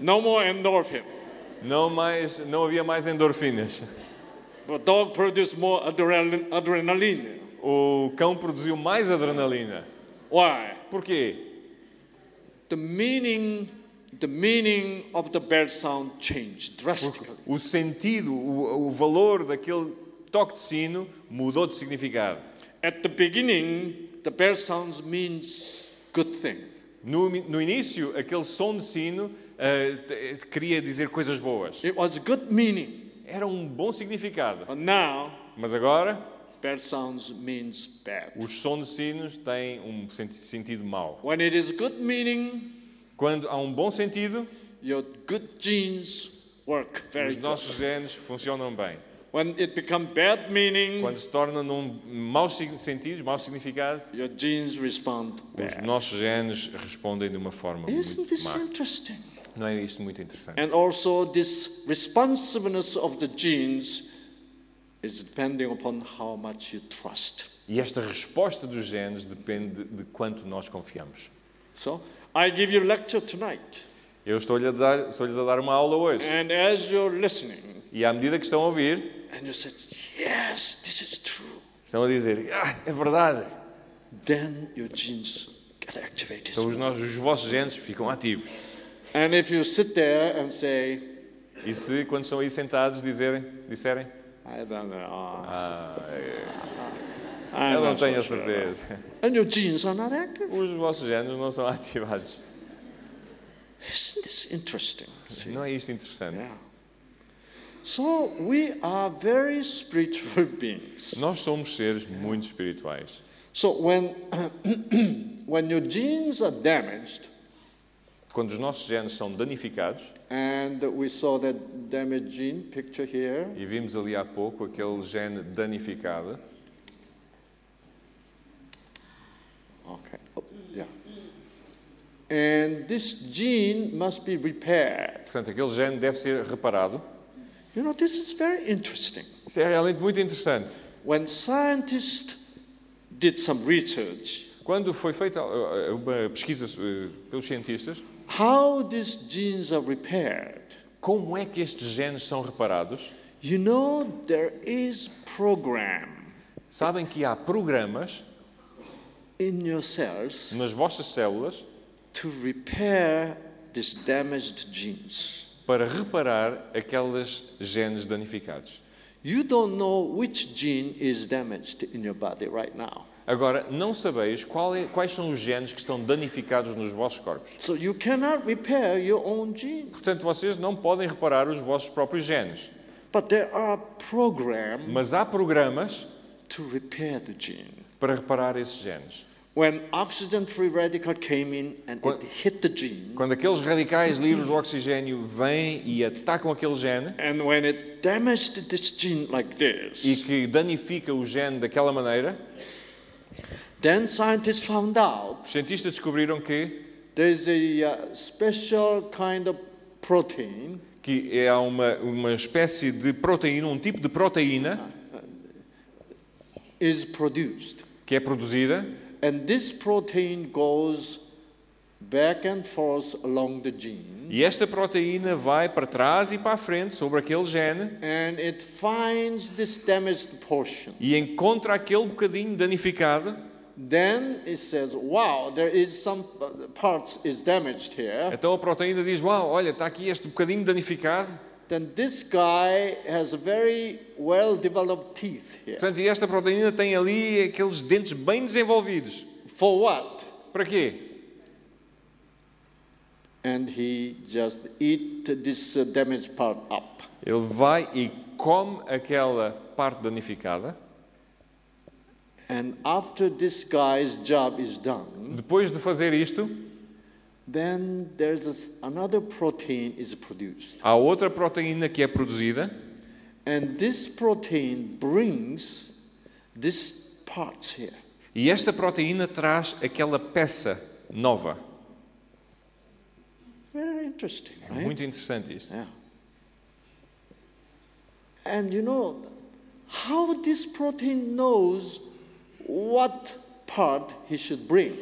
[SPEAKER 1] no more endorphin.
[SPEAKER 2] Não, mais, não havia mais endorfinas.
[SPEAKER 1] The dog produced more adrenalin- adrenaline.
[SPEAKER 2] O cão produziu mais adrenalina.
[SPEAKER 1] Why?
[SPEAKER 2] Porquê?
[SPEAKER 1] The meaning, the meaning of the bell sound changed drastically.
[SPEAKER 2] O sentido, o, o valor daquele toque de sino mudou de significado.
[SPEAKER 1] At the beginning, the bell sounds means good thing.
[SPEAKER 2] No, no início, aquele som de sino eh, te- queria dizer coisas boas.
[SPEAKER 1] It was good meaning,
[SPEAKER 2] Era um bom significado.
[SPEAKER 1] but now
[SPEAKER 2] Mas agora,
[SPEAKER 1] bell sounds means bad.
[SPEAKER 2] os sons de sinos têm um senti- sentido mau.
[SPEAKER 1] When it is good meaning,
[SPEAKER 2] Quando há um bom sentido,
[SPEAKER 1] your good genes work very
[SPEAKER 2] os
[SPEAKER 1] good.
[SPEAKER 2] nossos genes funcionam bem.
[SPEAKER 1] When it becomes bad meaning,
[SPEAKER 2] Quando se torna num mau sig- sentido, mau significado,
[SPEAKER 1] your genes respond
[SPEAKER 2] os
[SPEAKER 1] bad.
[SPEAKER 2] nossos genes respondem de uma forma
[SPEAKER 1] Isn't
[SPEAKER 2] muito
[SPEAKER 1] this
[SPEAKER 2] má.
[SPEAKER 1] interesting?
[SPEAKER 2] Não é isto muito interessante?
[SPEAKER 1] And also, this responsiveness of the genes is depending upon how much you trust.
[SPEAKER 2] E esta resposta dos genes depende de quanto nós confiamos.
[SPEAKER 1] So, I give you lecture tonight,
[SPEAKER 2] Eu estou-lhe a dar, estou-lhes a dar uma aula hoje.
[SPEAKER 1] and as you're listening,
[SPEAKER 2] E à medida que estão a ouvir,
[SPEAKER 1] and you said, "Yes, this is true,"
[SPEAKER 2] Estão a dizer, ah, é verdade.
[SPEAKER 1] then your genes get activated.
[SPEAKER 2] Então os, nossos, os vossos genes ficam ativos.
[SPEAKER 1] and if you sit there and say,
[SPEAKER 2] E se, quando estão aí sentados, dizerem, disserem,
[SPEAKER 1] "I don't know,"
[SPEAKER 2] ah, eu
[SPEAKER 1] I'm
[SPEAKER 2] não
[SPEAKER 1] not so
[SPEAKER 2] tenho a
[SPEAKER 1] sure."
[SPEAKER 2] certeza.
[SPEAKER 1] and your genes are not active,
[SPEAKER 2] Os vossos genes não são ativados.
[SPEAKER 1] isn't this interesting? See?
[SPEAKER 2] Não é isto interessante?
[SPEAKER 1] Yeah. So we are very spiritual beings.
[SPEAKER 2] Nós somos seres muito espirituais.
[SPEAKER 1] So when when your genes are damaged,
[SPEAKER 2] Quando os nossos genes são danificados,
[SPEAKER 1] and we saw that damaged gene picture here,
[SPEAKER 2] e vimos ali há pouco aquele gene danificado,
[SPEAKER 1] Okay. Oh, yeah. And this gene must be repaired.
[SPEAKER 2] portanto, aquele gene deve ser reparado.
[SPEAKER 1] You know, this is very interesting.
[SPEAKER 2] Isto é realmente muito interessante.
[SPEAKER 1] When scientists did some research,
[SPEAKER 2] Quando foi feita eh, uma pesquisa eh, pelos cientistas,
[SPEAKER 1] how these genes are repaired,
[SPEAKER 2] Como é que estes genes são reparados?
[SPEAKER 1] you know, there is program
[SPEAKER 2] Sabem que há programas
[SPEAKER 1] in your cells
[SPEAKER 2] nas vossas células
[SPEAKER 1] to repair these damaged genes.
[SPEAKER 2] para reparar aqueles genes danificados.
[SPEAKER 1] You don't know which gene is damaged in your body right now.
[SPEAKER 2] Agora, não sabeis qual é- quais são os genes que estão danificados nos vossos corpos.
[SPEAKER 1] So you cannot repair your own gene.
[SPEAKER 2] Portanto, vocês não podem reparar os vossos próprios genes.
[SPEAKER 1] But there are programs
[SPEAKER 2] Mas há programas
[SPEAKER 1] to repair the gene.
[SPEAKER 2] para reparar esses genes.
[SPEAKER 1] When oxygen-free radical came in and
[SPEAKER 2] Quan-
[SPEAKER 1] it hit the gene,
[SPEAKER 2] Quando aqueles radicais livres do oxigênio vêm e atacam aquele gene
[SPEAKER 1] and when it damaged this gene like
[SPEAKER 2] e
[SPEAKER 1] this,
[SPEAKER 2] que danifica o gene daquela maneira,
[SPEAKER 1] then scientists found out
[SPEAKER 2] os cientistas descobriram que
[SPEAKER 1] there is a uh, special kind of protein
[SPEAKER 2] que é uma, uma espécie de proteína, um tipo de proteína
[SPEAKER 1] is produced,
[SPEAKER 2] que é produzida
[SPEAKER 1] and this protein goes back and forth along the gene,
[SPEAKER 2] E esta proteína vai para trás e para a frente sobre aquele gene
[SPEAKER 1] and it finds this damaged portion.
[SPEAKER 2] e encontra aquele bocadinho danificado.
[SPEAKER 1] Then it says, wow, there is some uh, parts is damaged here.
[SPEAKER 2] Então a proteína diz: Uau, olha, está aqui este bocadinho danificado.
[SPEAKER 1] Then this guy has very well developed teeth here.
[SPEAKER 2] Portanto, e esta proteína tem ali aqueles dentes bem desenvolvidos.
[SPEAKER 1] For what?
[SPEAKER 2] Para quê?
[SPEAKER 1] And he just eat this uh, damaged part up.
[SPEAKER 2] Ele vai e come aquela parte danificada.
[SPEAKER 1] And after this guy's job is done,
[SPEAKER 2] Depois de fazer isto,
[SPEAKER 1] then there's a s another protein is produced.
[SPEAKER 2] há outra proteína que é produzida
[SPEAKER 1] And this protein brings this parts here.
[SPEAKER 2] e esta proteína traz aquela peça nova.
[SPEAKER 1] Very interesting,
[SPEAKER 2] É
[SPEAKER 1] right?
[SPEAKER 2] muito interessante isto.
[SPEAKER 1] Yeah. And you know how this protein knows what part he should bring.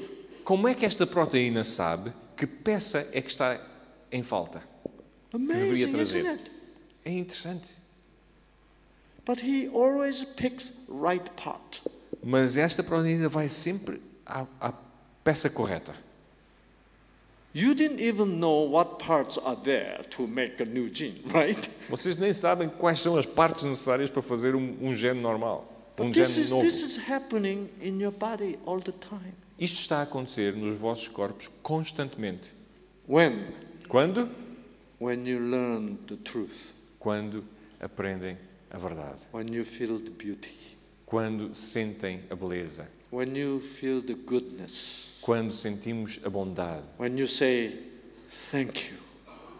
[SPEAKER 2] Como é que esta proteína sabe que peça é que está em falta?
[SPEAKER 1] Amazing,
[SPEAKER 2] trazer.
[SPEAKER 1] isn't it?
[SPEAKER 2] É interessante.
[SPEAKER 1] But he always picks right part.
[SPEAKER 2] Mas esta proteína vai sempre à, à peça correta.
[SPEAKER 1] You didn't even know what parts are there to make a new gene, right?
[SPEAKER 2] Vocês nem sabem quais são as partes necessárias para fazer um, um gene normal, um
[SPEAKER 1] But this
[SPEAKER 2] gene
[SPEAKER 1] is,
[SPEAKER 2] novo.
[SPEAKER 1] this is happening in your body all the time.
[SPEAKER 2] Isto está a acontecer nos vossos corpos constantemente.
[SPEAKER 1] When?
[SPEAKER 2] Quando?
[SPEAKER 1] When you learn the truth,
[SPEAKER 2] Quando aprendem a verdade.
[SPEAKER 1] when you feel the beauty,
[SPEAKER 2] Quando sentem a beleza.
[SPEAKER 1] when you feel the goodness,
[SPEAKER 2] Quando sentimos a bondade.
[SPEAKER 1] when you say thank you,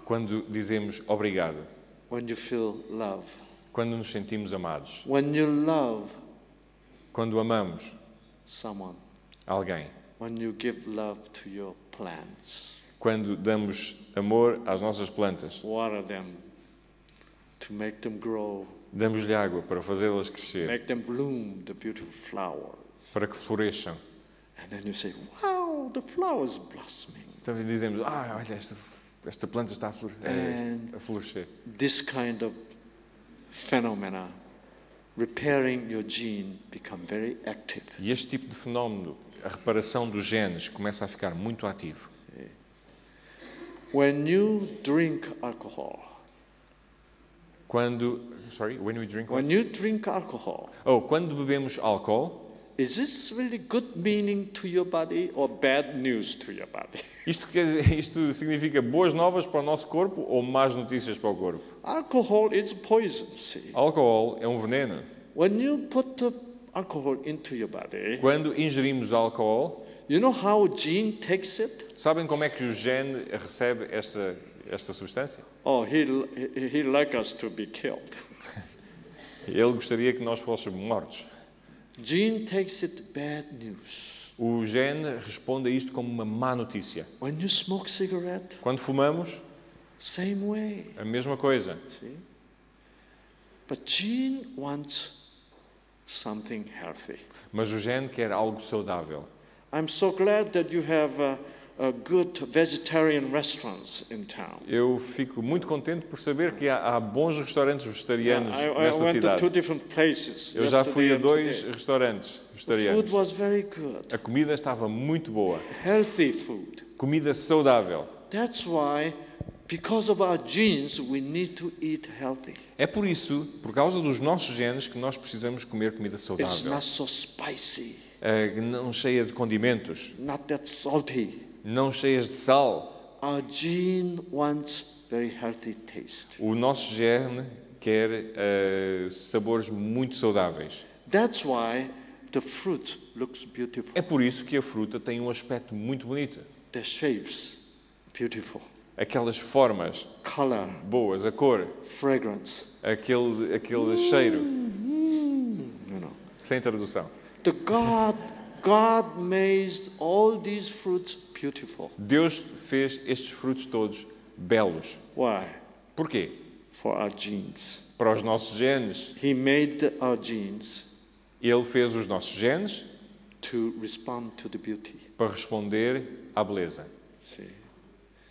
[SPEAKER 2] Quando dizemos obrigado.
[SPEAKER 1] when you feel love,
[SPEAKER 2] Quando nos sentimos amados.
[SPEAKER 1] when you love
[SPEAKER 2] Quando amamos
[SPEAKER 1] someone,
[SPEAKER 2] alguém.
[SPEAKER 1] when you give love to your plants,
[SPEAKER 2] Quando damos amor às nossas plantas.
[SPEAKER 1] water them to make them grow,
[SPEAKER 2] Damos-lhe água para fazê-las crescer.
[SPEAKER 1] make them bloom the beautiful flowers.
[SPEAKER 2] Para que floresçam.
[SPEAKER 1] And then you say, wow, the flowers blossoming.
[SPEAKER 2] Então dizemos, ah, olha, esta, esta planta está a, flor- eh, este- a florescer.
[SPEAKER 1] This kind of phenomena, repairing your gene, become very active.
[SPEAKER 2] E este tipo de fenómeno, a reparação dos genes, começa a ficar muito ativo.
[SPEAKER 1] When you drink alcohol,
[SPEAKER 2] Quando, sorry, when we drink
[SPEAKER 1] when you drink alcohol,
[SPEAKER 2] Oh, quando bebemos álcool,
[SPEAKER 1] is this really good meaning to your body or bad news to your body?
[SPEAKER 2] isto, quer dizer- isto significa boas novas para o nosso corpo ou más notícias para o corpo?
[SPEAKER 1] Alcohol is poison, see.
[SPEAKER 2] Álcool é um veneno.
[SPEAKER 1] When you put the alcohol into your body,
[SPEAKER 2] Quando ingerimos álcool,
[SPEAKER 1] you know how gene takes it?
[SPEAKER 2] sabem como é que o gene recebe esta, esta substância?
[SPEAKER 1] Oh, he, he, he like us to be killed.
[SPEAKER 2] Ele gostaria que nós fôssemos mortos.
[SPEAKER 1] Gene takes it bad news.
[SPEAKER 2] O gene responde a isto como uma má notícia.
[SPEAKER 1] When you smoke cigarette,
[SPEAKER 2] Quando fumamos,
[SPEAKER 1] same way.
[SPEAKER 2] a mesma coisa.
[SPEAKER 1] See? But gene wants something healthy.
[SPEAKER 2] Mas o gene quer algo saudável.
[SPEAKER 1] I'm so glad that you have uh, uh, good vegetarian restaurants in town.
[SPEAKER 2] Eu fico muito contente por saber que há, há bons restaurantes vegetarianos
[SPEAKER 1] Ah, I, I
[SPEAKER 2] nesta
[SPEAKER 1] went to
[SPEAKER 2] cidade.
[SPEAKER 1] two different places.
[SPEAKER 2] Eu já fui
[SPEAKER 1] yesterday
[SPEAKER 2] a
[SPEAKER 1] and
[SPEAKER 2] dois
[SPEAKER 1] today.
[SPEAKER 2] restaurantes
[SPEAKER 1] The food
[SPEAKER 2] vegetarianos.
[SPEAKER 1] was very good,
[SPEAKER 2] A comida estava muito boa.
[SPEAKER 1] healthy food.
[SPEAKER 2] Comida saudável.
[SPEAKER 1] That's why, because of our genes, we need to eat healthy.
[SPEAKER 2] É por isso, por causa dos nossos genes, que nós precisamos comer comida
[SPEAKER 1] It's
[SPEAKER 2] saudável.
[SPEAKER 1] not so spicy,
[SPEAKER 2] Eh, não cheia de condimentos,
[SPEAKER 1] not that salty.
[SPEAKER 2] não cheias de sal.
[SPEAKER 1] Our gene wants very healthy taste.
[SPEAKER 2] O nosso gene quer eh, sabores muito saudáveis.
[SPEAKER 1] That's why the fruit looks beautiful.
[SPEAKER 2] É por isso que a fruta tem um aspecto muito bonito.
[SPEAKER 1] The shapes, beautiful.
[SPEAKER 2] Aquelas formas
[SPEAKER 1] Color,
[SPEAKER 2] boas, a cor,
[SPEAKER 1] fragrance,
[SPEAKER 2] aquele, aquele cheiro,
[SPEAKER 1] you know.
[SPEAKER 2] sem tradução.
[SPEAKER 1] The God, God made all these fruits beautiful.
[SPEAKER 2] Deus fez estes frutos todos belos.
[SPEAKER 1] Why?
[SPEAKER 2] Porquê?
[SPEAKER 1] For our genes.
[SPEAKER 2] Para os nossos genes.
[SPEAKER 1] He made our genes
[SPEAKER 2] Ele fez os nossos genes
[SPEAKER 1] to respond to the beauty.
[SPEAKER 2] para responder à beleza.
[SPEAKER 1] See,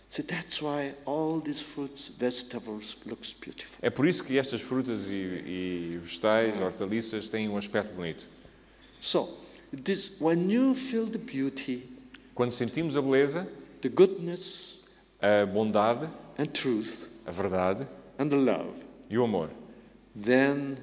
[SPEAKER 1] see, that's why all these fruits, vegetables looks beautiful.
[SPEAKER 2] É por isso que estas frutas e, e vegetais, hortaliças, têm um aspecto bonito.
[SPEAKER 1] So, this when you feel the beauty,
[SPEAKER 2] Quando sentimos a beleza,
[SPEAKER 1] the goodness,
[SPEAKER 2] a bondade,
[SPEAKER 1] and truth,
[SPEAKER 2] a verdade
[SPEAKER 1] and the love,
[SPEAKER 2] e o amor,
[SPEAKER 1] then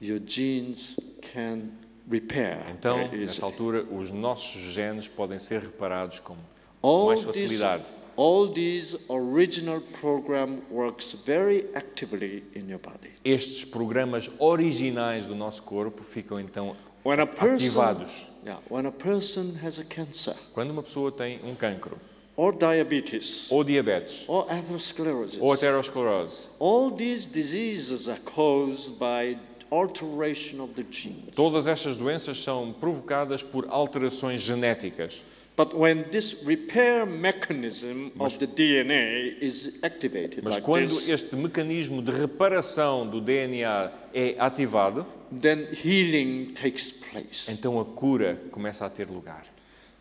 [SPEAKER 1] your genes can repair.
[SPEAKER 2] então,
[SPEAKER 1] very
[SPEAKER 2] nessa
[SPEAKER 1] easily.
[SPEAKER 2] altura, os nossos genes podem ser reparados com
[SPEAKER 1] all
[SPEAKER 2] mais
[SPEAKER 1] these,
[SPEAKER 2] facilidade.
[SPEAKER 1] all these original program works very actively in your body.
[SPEAKER 2] Estes programas originais do nosso corpo ficam então
[SPEAKER 1] When a person,
[SPEAKER 2] ativados.
[SPEAKER 1] yeah, when a person has a cancer
[SPEAKER 2] Quando uma pessoa tem um cancro,
[SPEAKER 1] or diabetes
[SPEAKER 2] ou diabetes,
[SPEAKER 1] or
[SPEAKER 2] ou
[SPEAKER 1] atherosclerosis,
[SPEAKER 2] aterosclerose,
[SPEAKER 1] all these diseases are caused by alteration of the gene.
[SPEAKER 2] todas estas doenças são provocadas por alterações genéticas.
[SPEAKER 1] But when this repair mechanism of the DNA is activated
[SPEAKER 2] Mas
[SPEAKER 1] like
[SPEAKER 2] quando
[SPEAKER 1] this,
[SPEAKER 2] este mecanismo de reparação do DNA é ativado,
[SPEAKER 1] then healing takes place.
[SPEAKER 2] então a cura começa a ter lugar.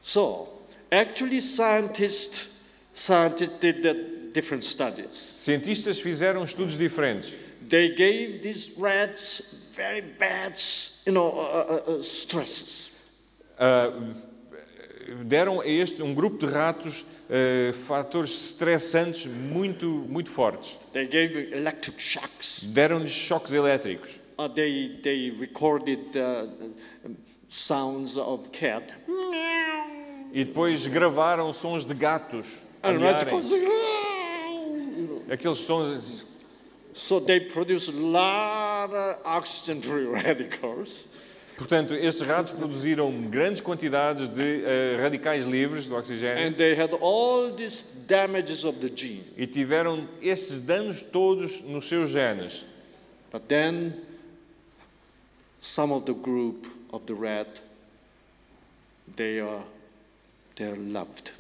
[SPEAKER 1] So, actually, scientists scientists did the different studies.
[SPEAKER 2] Cientistas fizeram estudos diferentes.
[SPEAKER 1] They gave these rats very bad, you know, uh, uh, uh, stresses.
[SPEAKER 2] Ah, deram a este um grupo de ratos ah, fatores estressantes muito, muito fortes.
[SPEAKER 1] They gave electric shocks.
[SPEAKER 2] Deram-lhes choques elétricos.
[SPEAKER 1] Uh, they they recorded uh, um, sounds of cat.
[SPEAKER 2] E depois gravaram sons de gatos. a
[SPEAKER 1] And rats
[SPEAKER 2] miarem.
[SPEAKER 1] goes, you know.
[SPEAKER 2] Aqueles sons.
[SPEAKER 1] So they produce a lot of oxygen free radicals.
[SPEAKER 2] Portanto, estes ratos produziram grandes quantidades de ah, radicais livres de oxigênio
[SPEAKER 1] And they had all these damages of the gene.
[SPEAKER 2] e tiveram estes danos todos nos seus genes.
[SPEAKER 1] But then some of the group of the rat, they are they're loved.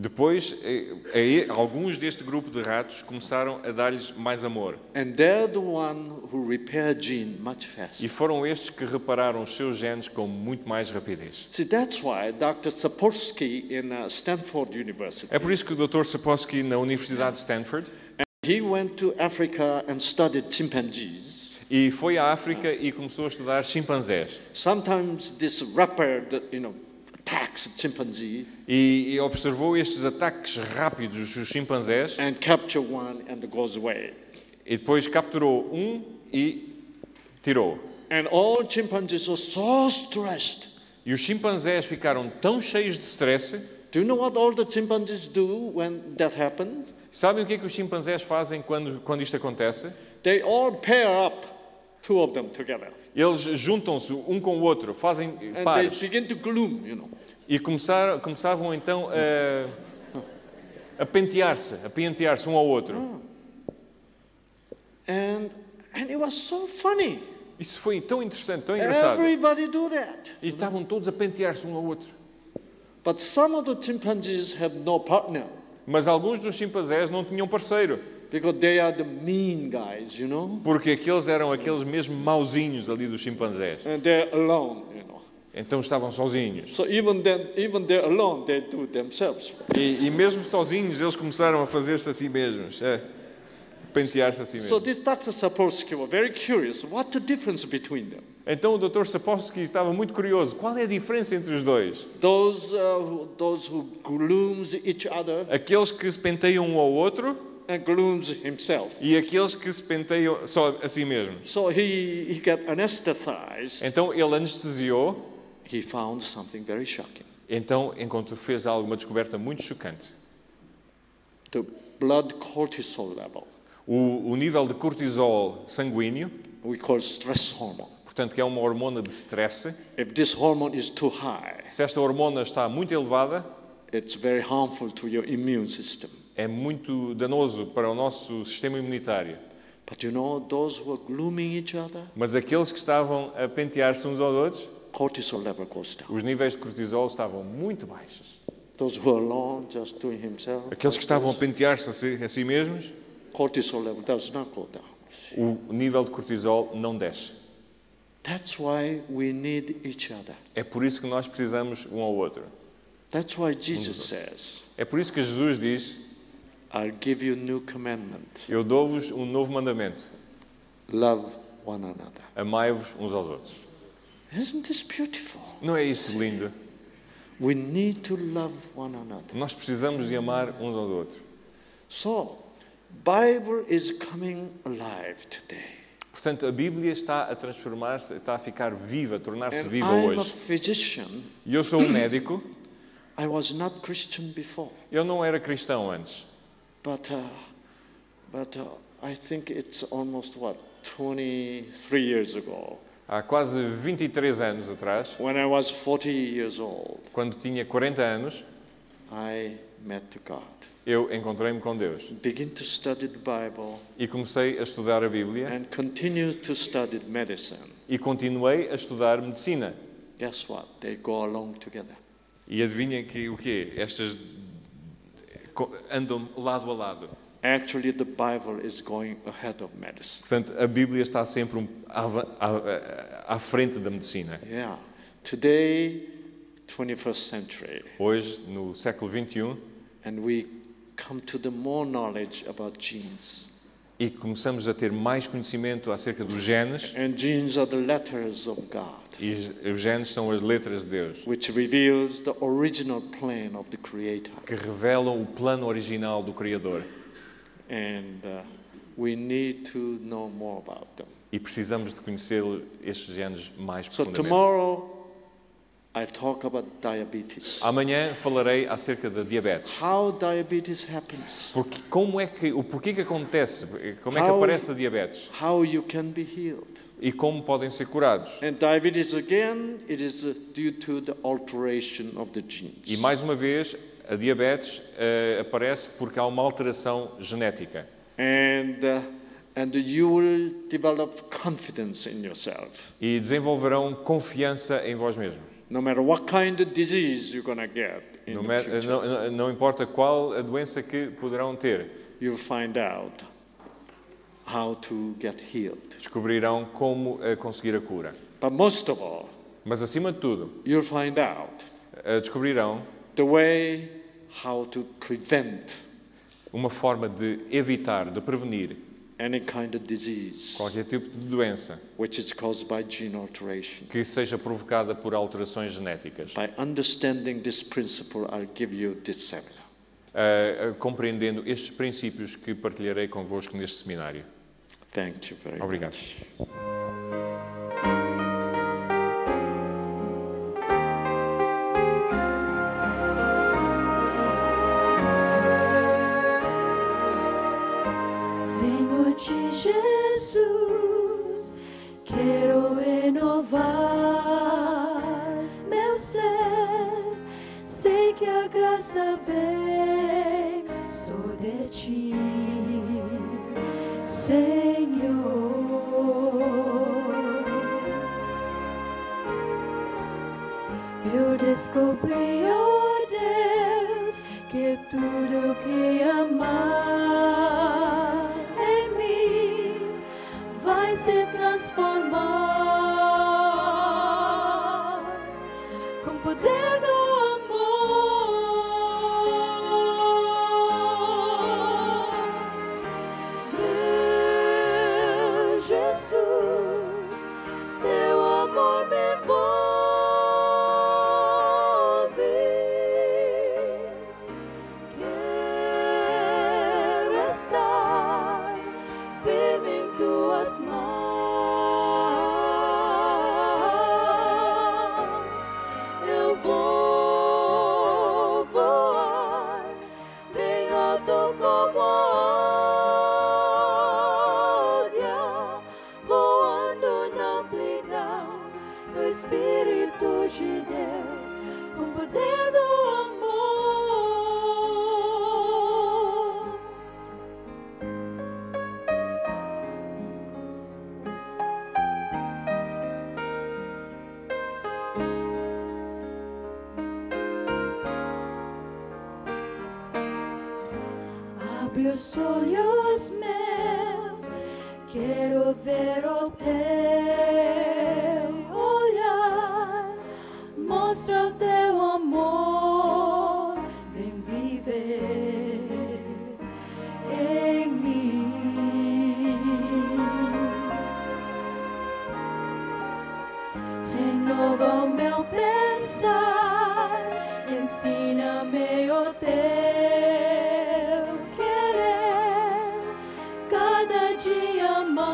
[SPEAKER 2] Depois, eh, eh, alguns deste grupo de ratos começaram a dar-lhes mais amor.
[SPEAKER 1] And they're the one who repair gene much faster.
[SPEAKER 2] E foram estes que repararam os seus genes com muito mais rapidez.
[SPEAKER 1] See, that's why Dr. Sapolsky in uh, Stanford University,
[SPEAKER 2] É por isso que o Dr. Sapolsky, na Universidade de Stanford,
[SPEAKER 1] he went to Africa and studied chimpanzees.
[SPEAKER 2] e foi à África e começou a estudar chimpanzés.
[SPEAKER 1] Sometimes this rapid, you know, attacks chimpanzee
[SPEAKER 2] E, e observou estes ataques rápidos dos chimpanzés
[SPEAKER 1] and capture one and goes away.
[SPEAKER 2] e depois capturou um e tirou.
[SPEAKER 1] And all chimpanzees are so stressed
[SPEAKER 2] E os chimpanzés ficaram tão cheios de stress.
[SPEAKER 1] Do you know what all the chimpanzees do when that happened?
[SPEAKER 2] Sabem o que é que os chimpanzés fazem quando, quando isto acontece?
[SPEAKER 1] They all pair up, two of them together,
[SPEAKER 2] Eles juntam-se um com o outro, fazem
[SPEAKER 1] and
[SPEAKER 2] pares.
[SPEAKER 1] they begin to gloom, you know.
[SPEAKER 2] E começaram, começavam então a, a pentear-se, a pentear-se um ao outro.
[SPEAKER 1] And and it was so funny.
[SPEAKER 2] Isso foi tão interessante, tão engraçado.
[SPEAKER 1] Everybody do that.
[SPEAKER 2] E estavam todos a pentear-se um ao outro.
[SPEAKER 1] But some of the chimpanzees have no partner
[SPEAKER 2] Mas alguns dos chimpanzés não tinham parceiro,
[SPEAKER 1] because they are the mean guys, you know,
[SPEAKER 2] porque aqueles eram aqueles mesmo mauzinhos ali dos chimpanzés.
[SPEAKER 1] and they're alone, you know.
[SPEAKER 2] Então estavam sozinhos.
[SPEAKER 1] So even then, even they're alone, they do it themselves.
[SPEAKER 2] E, e mesmo sozinhos eles começaram a fazer-se a si mesmos. É. Pentear-se a si
[SPEAKER 1] So
[SPEAKER 2] mesmos.
[SPEAKER 1] this Dr. Sapolsky was very curious. What the difference between them?
[SPEAKER 2] Então o Dr. Sapolsky estava muito curioso. Qual é a diferença entre os dois?
[SPEAKER 1] Those, uh, who, those who glooms each other
[SPEAKER 2] Aqueles que se penteiam um ao outro
[SPEAKER 1] and glooms himself.
[SPEAKER 2] e aqueles que se penteiam só a si mesmos.
[SPEAKER 1] So he, he got anesthetized.
[SPEAKER 2] Então ele anestesiou,
[SPEAKER 1] He found something very shocking.
[SPEAKER 2] então encontrou, fez alguma descoberta muito chocante.
[SPEAKER 1] The blood cortisol level,
[SPEAKER 2] O, o nível de cortisol sanguíneo,
[SPEAKER 1] we call stress hormone.
[SPEAKER 2] portanto que é uma hormona de stress,
[SPEAKER 1] If this hormone is too high,
[SPEAKER 2] se esta hormona está muito elevada,
[SPEAKER 1] it's very harmful to your immune system.
[SPEAKER 2] é muito danoso para o nosso sistema imunitário.
[SPEAKER 1] But you know, those who are glooming each other,
[SPEAKER 2] Mas aqueles que estavam a pentear-se uns aos outros,
[SPEAKER 1] cortisol level goes down.
[SPEAKER 2] os níveis de cortisol estavam muito baixos.
[SPEAKER 1] Those who are alone, just doing himself,
[SPEAKER 2] Aqueles que estavam a pentear-se a si, a si mesmos,
[SPEAKER 1] cortisol level does not go down.
[SPEAKER 2] o nível de cortisol não desce.
[SPEAKER 1] That's why we need each other.
[SPEAKER 2] É por isso que nós precisamos um ao outro.
[SPEAKER 1] That's why Jesus says,
[SPEAKER 2] É por isso que Jesus diz:
[SPEAKER 1] I'll give you new commandment.
[SPEAKER 2] Eu dou-vos um novo mandamento.
[SPEAKER 1] Love one another.
[SPEAKER 2] Amai-vos uns aos outros.
[SPEAKER 1] Isn't this beautiful?
[SPEAKER 2] Não é isso lindo?
[SPEAKER 1] We need to love one another.
[SPEAKER 2] Nós precisamos de amar uns aos outros.
[SPEAKER 1] So, Bible is coming alive today.
[SPEAKER 2] Portanto, a Bíblia está a transformar-se, está a ficar viva, a tornar-se
[SPEAKER 1] And
[SPEAKER 2] viva
[SPEAKER 1] I'm a
[SPEAKER 2] hoje.
[SPEAKER 1] physician.
[SPEAKER 2] E eu sou um médico.
[SPEAKER 1] I was not Christian before,
[SPEAKER 2] Eu não era cristão antes,
[SPEAKER 1] but uh, but uh, I think it's almost what 23 years ago
[SPEAKER 2] há quase 23 anos atrás,
[SPEAKER 1] when I was 40 years old.
[SPEAKER 2] quando tinha 40 anos,
[SPEAKER 1] I met God.
[SPEAKER 2] eu encontrei-me com Deus
[SPEAKER 1] Begin to study the Bible
[SPEAKER 2] e comecei a estudar a Bíblia
[SPEAKER 1] and continue to study medicine.
[SPEAKER 2] e continuei a estudar medicina.
[SPEAKER 1] Guess what? They go along together.
[SPEAKER 2] E adivinha que o quê? Estas co- andam lado a lado.
[SPEAKER 1] Actually, the Bible is going ahead of medicine.
[SPEAKER 2] Portanto, a Bíblia está sempre um- à, va- à- à frente da medicina.
[SPEAKER 1] Yeah. Today, 21st century,
[SPEAKER 2] Hoje, no século 21,
[SPEAKER 1] and we come to the more knowledge about genes.
[SPEAKER 2] e começamos a ter mais conhecimento acerca dos genes,
[SPEAKER 1] And genes are the letters of God,
[SPEAKER 2] e os- os genes são as letras de Deus.
[SPEAKER 1] which reveals the original plan of the Creator.
[SPEAKER 2] que revelam o plano original do Criador
[SPEAKER 1] And uh, we need to know more about them.
[SPEAKER 2] e precisamos de conhecer estes genes mais
[SPEAKER 1] So
[SPEAKER 2] profundamente.
[SPEAKER 1] tomorrow, I talk about diabetes.
[SPEAKER 2] Amanhã falarei acerca da diabetes.
[SPEAKER 1] How diabetes happens,
[SPEAKER 2] Porque como é que o porquê que acontece? Como é que
[SPEAKER 1] How-
[SPEAKER 2] aparece a diabetes
[SPEAKER 1] how you can be healed.
[SPEAKER 2] e como podem ser curados?
[SPEAKER 1] And diabetes again, it is uh, due to the alteration of the genes.
[SPEAKER 2] E mais uma vez, a diabetes eh, aparece porque há uma alteração genética.
[SPEAKER 1] and uh, and you will develop confidence in yourself.
[SPEAKER 2] E desenvolverão confiança em vós mesmos.
[SPEAKER 1] No matter what kind of disease you're gonna get in
[SPEAKER 2] No
[SPEAKER 1] the
[SPEAKER 2] mer-
[SPEAKER 1] future,
[SPEAKER 2] não- não- não importa qual a doença que poderão ter,
[SPEAKER 1] you'll find out how to get healed.
[SPEAKER 2] descobrirão como eh, conseguir a cura.
[SPEAKER 1] But most of all,
[SPEAKER 2] Mas acima de tudo,
[SPEAKER 1] you'll find out
[SPEAKER 2] eh, descobrirão
[SPEAKER 1] the way how to prevent
[SPEAKER 2] uma forma de evitar, de prevenir
[SPEAKER 1] any kind of disease
[SPEAKER 2] qualquer tipo de doença
[SPEAKER 1] which is caused by gene alteration.
[SPEAKER 2] que seja provocada por alterações genéticas.
[SPEAKER 1] By understanding this principle, I'll give you this seminar.
[SPEAKER 2] Ah, ah, compreendendo estes princípios que partilharei convosco neste seminário.
[SPEAKER 1] Thank you very
[SPEAKER 2] Obrigado.
[SPEAKER 1] much.
[SPEAKER 3] Venho-te, Jesus, quero renovar meu ser. Sei que a graça vem só de ti, Senhor. Eu descobri, oh Deus, que tudo que amar em mim vai se transformar com poder do amor. Meu Jesus, teu amor me envolve. Quero estar firme em tuas mãos. Eu vou voar bem alto como a águia, voando na amplidão do Espírito de Deus, com poder do amor. Abre os olhos meus, quero ver o teu olhar, mostra o teu amor. dia mais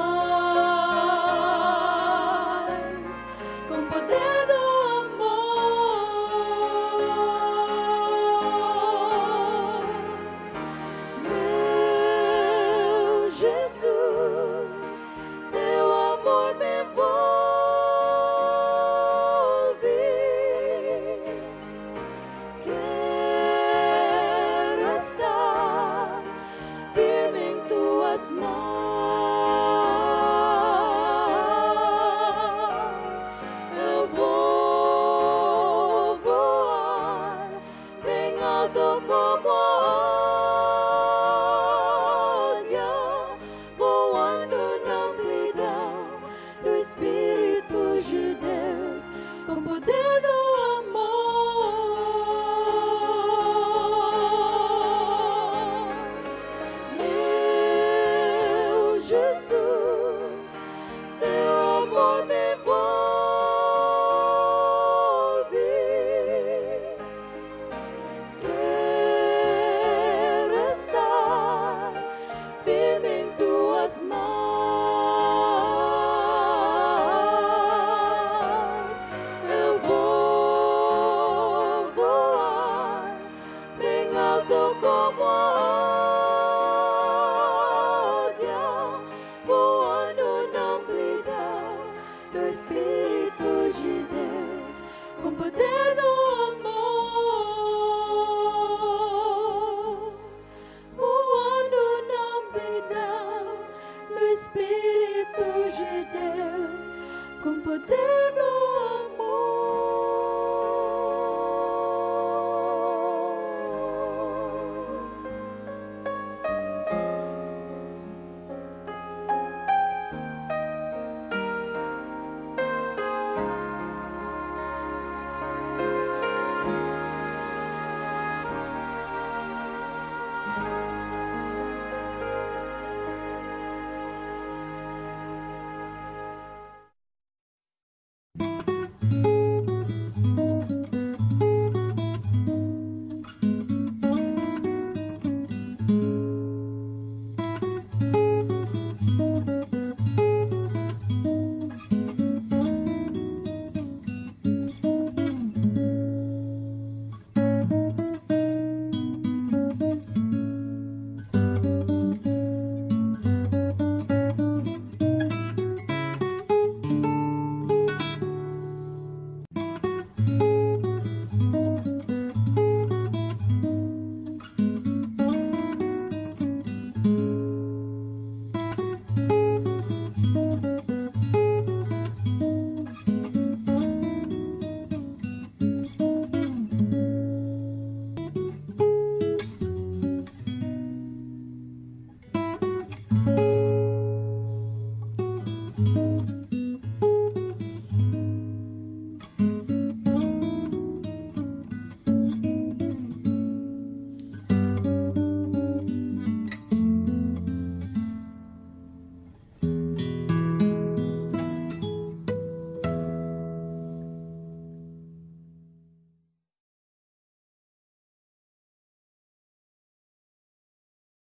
[SPEAKER 3] com poder do amor. Meu Jesus, teu amor me envolve. Quero estar firme em tuas mãos. Eu vou voar bem alto como a águia, voando na amplidão do Espírito de Deus, com poder do amor. Meu Jesus, teu amor me envolve. Quero estar firme em tuas mãos. Eu vou voar bem alto como a águia, voando na amplidão do Espírito de Deus, com poder do amor, voando na amplidão do Espírito de Deus, com poder do amor.